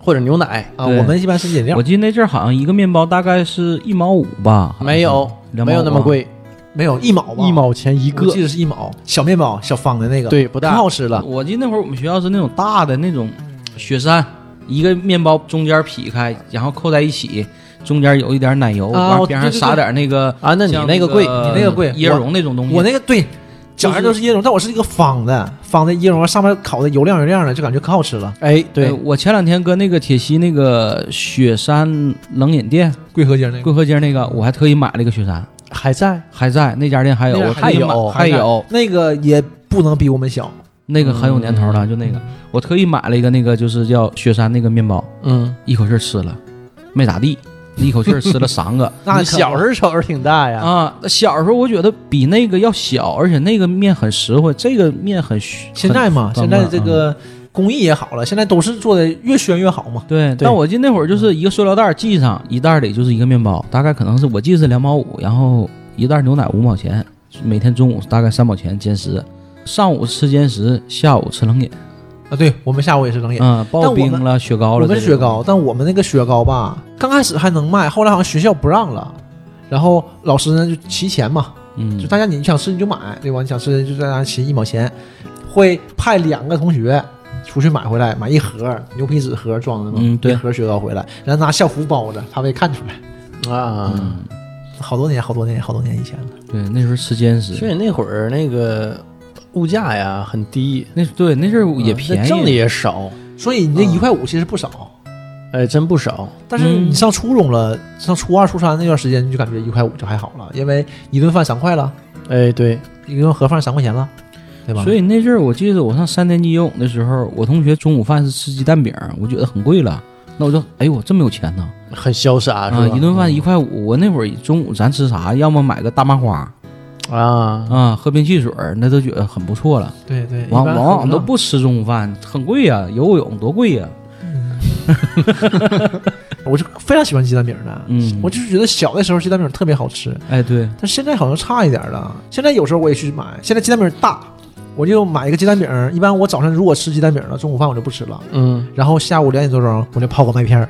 Speaker 1: 或者牛奶
Speaker 4: 啊。
Speaker 3: 对
Speaker 4: 我们一般是饮料
Speaker 3: 我，记得那阵儿好像一个面包大概是一毛五吧，
Speaker 1: 没有，
Speaker 3: 两毛五啊
Speaker 1: 没有那么贵，
Speaker 4: 没有一毛吧，
Speaker 1: 一毛钱一
Speaker 4: 一
Speaker 1: 个
Speaker 4: 我，记得是一毛小面包，小方的那个，，
Speaker 1: 对，不
Speaker 4: 可
Speaker 1: 大。
Speaker 4: 好吃
Speaker 3: 好像。
Speaker 4: 了。
Speaker 3: 我记得那会儿我们学校是那种大的那种雪山，一个面包中间劈开，然后扣在一起，中间有一点奶油，
Speaker 4: 啊
Speaker 3: 完
Speaker 4: 我
Speaker 3: 边上
Speaker 4: 对对
Speaker 3: 撒
Speaker 4: 对
Speaker 3: 点那个
Speaker 1: 啊，那你
Speaker 3: 像
Speaker 1: 那个贵，
Speaker 3: 你
Speaker 4: 你那个贵
Speaker 3: 椰
Speaker 4: 我
Speaker 3: 蓉那种东西。
Speaker 4: 我那个对，
Speaker 3: 就
Speaker 4: 脚
Speaker 3: 是
Speaker 4: 上都是椰蓉，但我是一个方的，方的椰蓉上面烤的油亮油亮的，就感觉可好吃了。
Speaker 1: 哎，
Speaker 3: 呃
Speaker 1: 对，
Speaker 3: 我前两天跟那个铁西那个雪山冷饮店，
Speaker 4: 桂河街那个
Speaker 3: 桂河街那个，我还特意买了一个雪山，
Speaker 1: 还在
Speaker 3: 还在那家店还有，我
Speaker 4: 那家
Speaker 3: 特
Speaker 4: 还
Speaker 3: 意
Speaker 4: 有
Speaker 3: 买还
Speaker 4: 还在
Speaker 3: 有
Speaker 4: 那个也不能比我们小，
Speaker 3: 那个很有年头了，就
Speaker 4: 嗯
Speaker 3: 那个，我特意买了一个那个就是叫雪山那个面包，
Speaker 1: 嗯，
Speaker 3: 一口气儿吃了，没咋地，一口气儿吃了三 个
Speaker 4: 那
Speaker 1: 你小时候瞅着挺大
Speaker 4: 哎
Speaker 1: 呀，
Speaker 3: 啊。小时候我觉得比那个要小，而且那个面很实惠，这个面很虚
Speaker 4: 现在嘛，
Speaker 3: 很
Speaker 4: 现在这个工艺也好了，现在都是做的越宣越好嘛。
Speaker 3: 对，但我记得那会儿就是一个塑料袋儿系上，一袋儿里就是一个面包，大概可能是我记得是两毛五，然后一袋牛奶五毛钱，每天中午大概三毛钱兼食，上午吃兼食，下午吃冷饮，
Speaker 4: 啊，对我们下午也是冷饮，
Speaker 3: 嗯，
Speaker 4: 但
Speaker 3: 刨
Speaker 4: 我
Speaker 3: 冰
Speaker 4: 们
Speaker 3: 了、雪糕
Speaker 4: 我
Speaker 3: 了，
Speaker 4: 们雪糕，，但我们那个雪糕吧，刚开始还能卖，后来好像学校不让了。然后老师呢就提前嘛，
Speaker 3: 嗯，
Speaker 4: 就大家你想吃你就买，对吧？你想吃就在家骑一毛钱，会派两个同学出去买回来，买一盒牛皮纸盒装的嘛，
Speaker 3: 嗯对
Speaker 4: 一盒雪糕回来，然后拿校服包着，怕被看出来。
Speaker 1: 啊，
Speaker 3: 嗯，
Speaker 4: 好多年，好多年，好多年以前了。
Speaker 3: 对，那时候吃兼
Speaker 1: 其实
Speaker 3: 食，
Speaker 1: 那会儿那个物价呀很低，
Speaker 3: 那对那阵儿也
Speaker 1: 嗯
Speaker 3: 便
Speaker 1: 挣的
Speaker 3: 宜，
Speaker 1: 也少，
Speaker 4: 所以你这
Speaker 1: 嗯
Speaker 4: 一块五其实不少，
Speaker 1: 哎，真不少。
Speaker 4: 但是你上初中了，上初二、初三那段时间，你就感觉一块五就还好了，因为一顿饭三块了，
Speaker 1: 哎，对，
Speaker 4: 一顿盒饭三块钱了，对吧？
Speaker 3: 所以那阵儿我记得我上三年级游泳的时候，我同学中午饭是吃鸡蛋饼儿，我觉得很贵了。那我就，哎呦，我这么有钱呢！
Speaker 1: 很潇洒
Speaker 3: 啊，
Speaker 1: 是吧？
Speaker 3: 一顿饭一块五，我那会儿中午咱吃啥？要么买个大麻花，
Speaker 1: 啊，
Speaker 3: 啊，喝瓶汽水儿那都觉得很不错了。
Speaker 4: 对对，
Speaker 3: 往
Speaker 4: 一般嗯
Speaker 3: 往往都
Speaker 4: 很
Speaker 3: 不吃中午饭，很贵呀、游泳多贵呀、
Speaker 4: 正，我就非常喜欢鸡蛋饼的，
Speaker 3: 嗯
Speaker 4: 我就是觉得小的时候鸡蛋饼特别好吃，
Speaker 3: 哎，对，
Speaker 4: 但现在好像差一点了。现在有时候我也去买，现在鸡蛋饼大，我就买一个鸡蛋饼。一般我早上如果吃鸡蛋饼了，中午饭我就不吃了，
Speaker 1: 嗯，
Speaker 4: 然后下午两点多钟我就泡个麦片儿，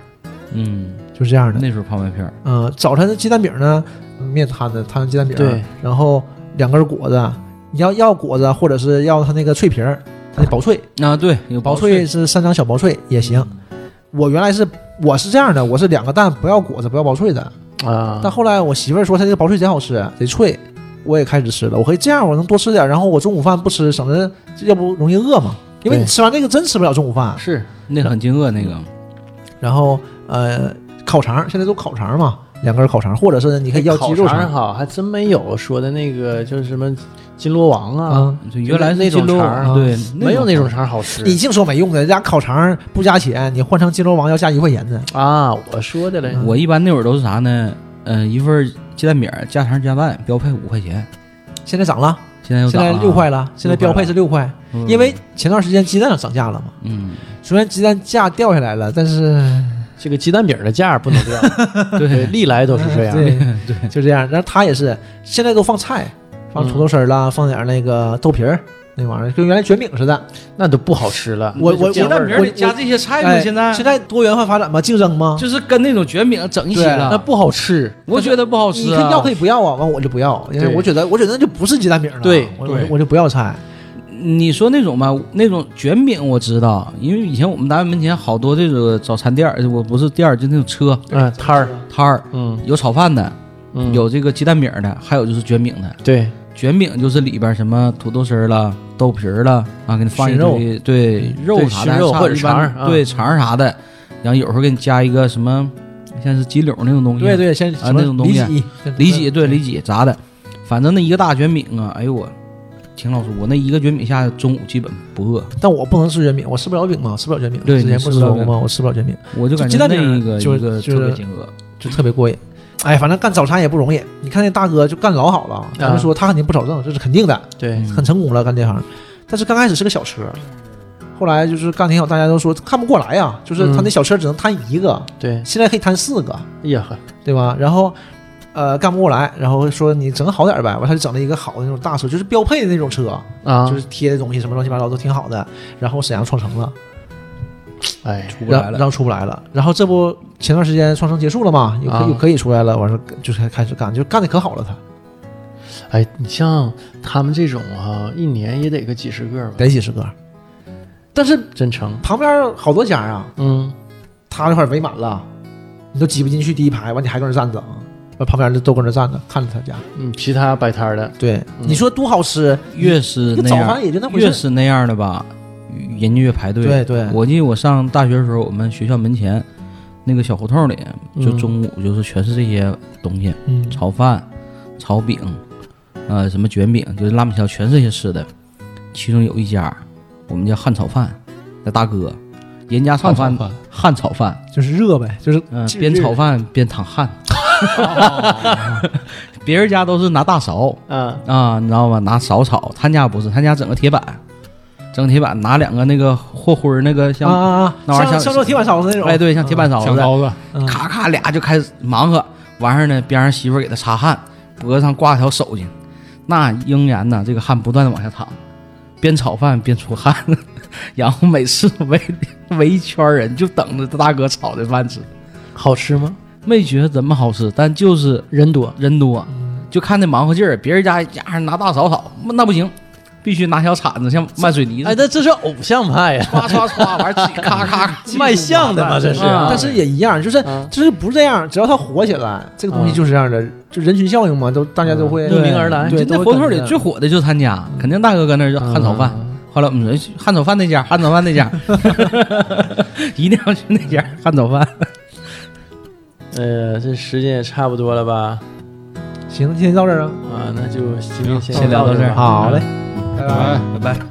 Speaker 3: 嗯，
Speaker 4: 就是这样的。呃
Speaker 3: 那时候泡麦片儿，
Speaker 4: 嗯、早晨的鸡蛋饼呢，面摊的摊鸡蛋饼，
Speaker 1: 对，
Speaker 4: 然后两根果子，你要要果子或者是要它那个脆皮儿，它那薄脆，
Speaker 3: 啊，对，有嗯
Speaker 4: 薄脆是三张小薄脆也行。我原来是我是这样的，我是两个蛋不要果子不要薄脆的，
Speaker 1: 啊，
Speaker 4: 但后来我媳妇儿说她这个薄脆贼好吃贼脆，我也开始吃了。我可以这样，我能多吃点，然后我中午饭不吃，省得要不容易饿嘛。因为你
Speaker 1: 对
Speaker 4: 吃完这个真吃不了中午饭。
Speaker 1: 是
Speaker 3: 那个很惊愕，那个
Speaker 4: 嗯然后呃，烤肠现在都烤肠嘛，两根烤肠，或者是你可以要鸡肉
Speaker 1: 哎烤肠
Speaker 4: 肠
Speaker 1: 好，还真没有说的那个就是什么金锣王啊，
Speaker 4: 啊。
Speaker 3: 就原来是
Speaker 1: 那种
Speaker 3: 金
Speaker 1: 肠儿
Speaker 3: 锣
Speaker 1: 啊
Speaker 3: 对，
Speaker 1: 没有那种肠好吃
Speaker 4: 你净说没用的，人家烤肠不加钱，你换成金锣王要加一块钱呢。
Speaker 1: 啊！我说的嘞，
Speaker 3: 我一般那会儿都是啥呢？嗯，一份儿鸡蛋饼儿加肠加蛋，标配五块钱，
Speaker 4: 现在涨了，
Speaker 3: 现在又
Speaker 4: 现
Speaker 3: 涨
Speaker 4: 在
Speaker 3: 了啊
Speaker 4: 六块，了，现在标配是六块，
Speaker 3: 嗯
Speaker 4: 因为前段时间鸡蛋涨价了嘛。
Speaker 3: 嗯，
Speaker 4: 虽然鸡蛋价掉下来了，但是
Speaker 1: 这个鸡蛋饼的价儿不能掉，对，
Speaker 3: 对，啊
Speaker 1: 历来都是 这样。
Speaker 4: 对对，就这样。然后他也是，现在都放菜，
Speaker 3: 嗯
Speaker 4: 放土豆丝儿啦，放点儿那个豆皮儿那玩意儿，跟原来卷饼似的。
Speaker 1: 那都不好吃了。
Speaker 4: 我我
Speaker 1: 那就酱
Speaker 4: 我
Speaker 3: 鸡
Speaker 1: 味
Speaker 3: 蛋
Speaker 1: 儿
Speaker 3: 饼
Speaker 4: 我
Speaker 3: 儿里加这些菜
Speaker 4: 哎
Speaker 3: 呢，现在
Speaker 4: 现在多元化发展嘛，竞争嘛。
Speaker 3: 就是跟那种卷饼整一起
Speaker 4: 对
Speaker 1: 那
Speaker 3: 了，
Speaker 1: 不好吃。
Speaker 3: 我觉得不好
Speaker 4: 你
Speaker 3: 吃
Speaker 4: 可
Speaker 3: 啊
Speaker 4: 以要可以不要啊，完我就不要，因为
Speaker 1: 对
Speaker 4: 我觉得我觉得那就不是鸡蛋饼了，
Speaker 1: 对
Speaker 4: 我
Speaker 2: 对
Speaker 4: 我我就不要菜，
Speaker 3: 你说那种吧，那种卷饼我知道，因为以前我们单位门前好多这种早餐店儿，我不是店儿，就那种车
Speaker 1: 嗯，摊儿，
Speaker 3: 摊儿，
Speaker 1: 嗯，
Speaker 3: 有炒饭的，
Speaker 1: 嗯
Speaker 3: 有这个鸡蛋饼的，还有就是卷饼的。
Speaker 1: 对，
Speaker 3: 卷饼就是里边什么土豆丝儿啦、豆皮儿啦，啊，给你放一
Speaker 1: 熏肉
Speaker 3: 堆对肉
Speaker 1: 对
Speaker 3: 啥
Speaker 1: 熏
Speaker 3: 的，
Speaker 1: 肉
Speaker 3: 还
Speaker 1: 或者
Speaker 3: 一般
Speaker 1: 肠儿啊
Speaker 3: 对肠儿啥的，然后有时候给你加一个什么，像是鸡柳那种东西，
Speaker 4: 对对，先
Speaker 3: 啊那种东
Speaker 4: 理
Speaker 3: 西
Speaker 4: 解
Speaker 3: 里脊对里脊炸的，反正那一个大卷饼啊，哎呦我，秦老师，我那一个卷饼下中午基本不饿，
Speaker 4: 但我不能吃卷饼，我吃不了饼嘛，我吃不了卷饼，
Speaker 3: 对
Speaker 4: 之前
Speaker 3: 你
Speaker 4: 不
Speaker 3: 吃不
Speaker 4: 是
Speaker 3: 了
Speaker 4: 说过
Speaker 3: 饼
Speaker 4: 吗？我吃不了卷饼，
Speaker 3: 我就感
Speaker 4: 鸡
Speaker 3: 觉
Speaker 4: 蛋
Speaker 3: 那
Speaker 4: 饼
Speaker 3: 一个
Speaker 4: 就是
Speaker 3: 一个
Speaker 4: 就是
Speaker 3: 特别惊愕，
Speaker 4: 就特别过瘾。哎，反正干早餐也不容易，你看那大哥就干老好
Speaker 3: 啊
Speaker 4: 了，咱们说他肯定不找正，这是肯定的，
Speaker 1: 对，
Speaker 3: 嗯
Speaker 4: 很成功了干这行。但是刚开始是个小车，后来就是干挺好，大家都说看不过来呀、就是
Speaker 3: 嗯
Speaker 4: 他那小车只能摊一个，
Speaker 1: 对，
Speaker 4: 现在可以摊四个，
Speaker 1: 哎呀呵，
Speaker 4: 对吧？然后，呃，干不过来，然后说你整好点儿呗，完他就整了一个好的那种大车，就是标配的那种车，
Speaker 1: 啊
Speaker 4: 就，是贴的东西什么乱七八糟都挺好的。然后沈阳创城了，
Speaker 1: 哎，
Speaker 3: 出不
Speaker 4: 然
Speaker 3: 来
Speaker 4: 后
Speaker 3: 了
Speaker 4: 然。后出不来了。然后这不前段时间创城结束了嘛，又可、
Speaker 1: 啊
Speaker 4: 又可以出来了，完事儿就是开始干，就干的可好了他，
Speaker 1: 哎，你像他们这种哈，一年也得个几十个吧，
Speaker 4: 得几十个。但是
Speaker 1: 真成。
Speaker 4: 旁边好多家啊，
Speaker 1: 嗯，
Speaker 4: 他这块儿围满了，你都挤不进去第一排，完你还搁那站着啊，完旁边的都搁那站着看着他家。
Speaker 1: 嗯，其他摆摊儿的，
Speaker 4: 对，
Speaker 1: 嗯
Speaker 4: 你说多好吃，
Speaker 3: 越是
Speaker 4: 那
Speaker 3: 那
Speaker 4: 早
Speaker 3: 样，
Speaker 4: 饭也就那回
Speaker 3: 越
Speaker 4: 事儿。
Speaker 3: 是那样的吧，人家越排队。
Speaker 4: 对对，
Speaker 3: 我记得我上大学的时候，我们学校门前那个小胡同里，就
Speaker 1: 嗯
Speaker 3: 中午就是全是这些东西，
Speaker 4: 嗯
Speaker 3: 炒饭、炒饼，呃，什么卷饼，就是拉面条，全是这些吃的。其中有一家，我们叫汉炒饭，那大哥，人家炒
Speaker 2: 汉
Speaker 3: 饭
Speaker 2: 饭，
Speaker 3: 汉炒饭，
Speaker 4: 就是热呗，就是
Speaker 3: 嗯、
Speaker 4: 近
Speaker 3: 边
Speaker 4: 日哦
Speaker 3: 炒饭边淌汗。 别人家都是拿大勺
Speaker 4: 嗯
Speaker 1: 啊，
Speaker 3: 啊，你知道吗？拿勺炒，他家不是，他家整个铁板，整个铁板拿两个那个和灰儿那个像
Speaker 4: 啊啊啊，
Speaker 3: 那玩意儿
Speaker 4: 像
Speaker 3: 像
Speaker 4: 像做铁板烧子那种。
Speaker 3: 哎，对，像铁板烧
Speaker 2: 香
Speaker 3: 子，
Speaker 2: 刀子，
Speaker 4: 嗯，
Speaker 3: 咔咔俩就开始忙活。完事儿呢，边上媳妇儿给他擦汗，脖子上挂条手巾，那鹰眼呐，这个汗不断的往下淌，边炒饭边出汗， 然后每次围围一圈儿人就等着他大哥炒这饭吃，
Speaker 1: 好吃吗？
Speaker 3: 没觉得怎么好吃，但就是
Speaker 1: 人多，
Speaker 3: 人多，就看那忙活劲儿。别人家家还拿大勺炒，那不行，必须拿小铲子像卖水泥似
Speaker 1: 哎，
Speaker 3: 的，
Speaker 1: 那这是偶像派 呀，
Speaker 3: 唰唰唰，完事儿自己咔咔咔。
Speaker 1: 卖相的嘛，这是。
Speaker 3: 啊
Speaker 4: 但是也一样，就是
Speaker 1: 啊
Speaker 4: 就是不是这样，只要它火起来，这个东西
Speaker 1: 嗯
Speaker 4: 就是这样的，就人群效应嘛，都大家都会
Speaker 1: 慕名而来
Speaker 4: 对
Speaker 3: 就那
Speaker 4: 都会嗯
Speaker 3: 胡同
Speaker 4: 感觉
Speaker 3: 里最火的就是他家，肯定大哥搁那儿
Speaker 1: 啊
Speaker 3: 就汉炒饭。后来我们说哎汉炒饭那家，汉炒饭那家， 一定要去那家汉炒饭。
Speaker 1: 呃，这时间也差不多了吧？
Speaker 4: 行，今天到这儿啊，
Speaker 1: 啊，那就今天
Speaker 2: 行
Speaker 1: 先
Speaker 3: 先聊到这儿
Speaker 1: 吧
Speaker 4: 好嘞，拜拜。
Speaker 2: 哎。
Speaker 3: 拜拜。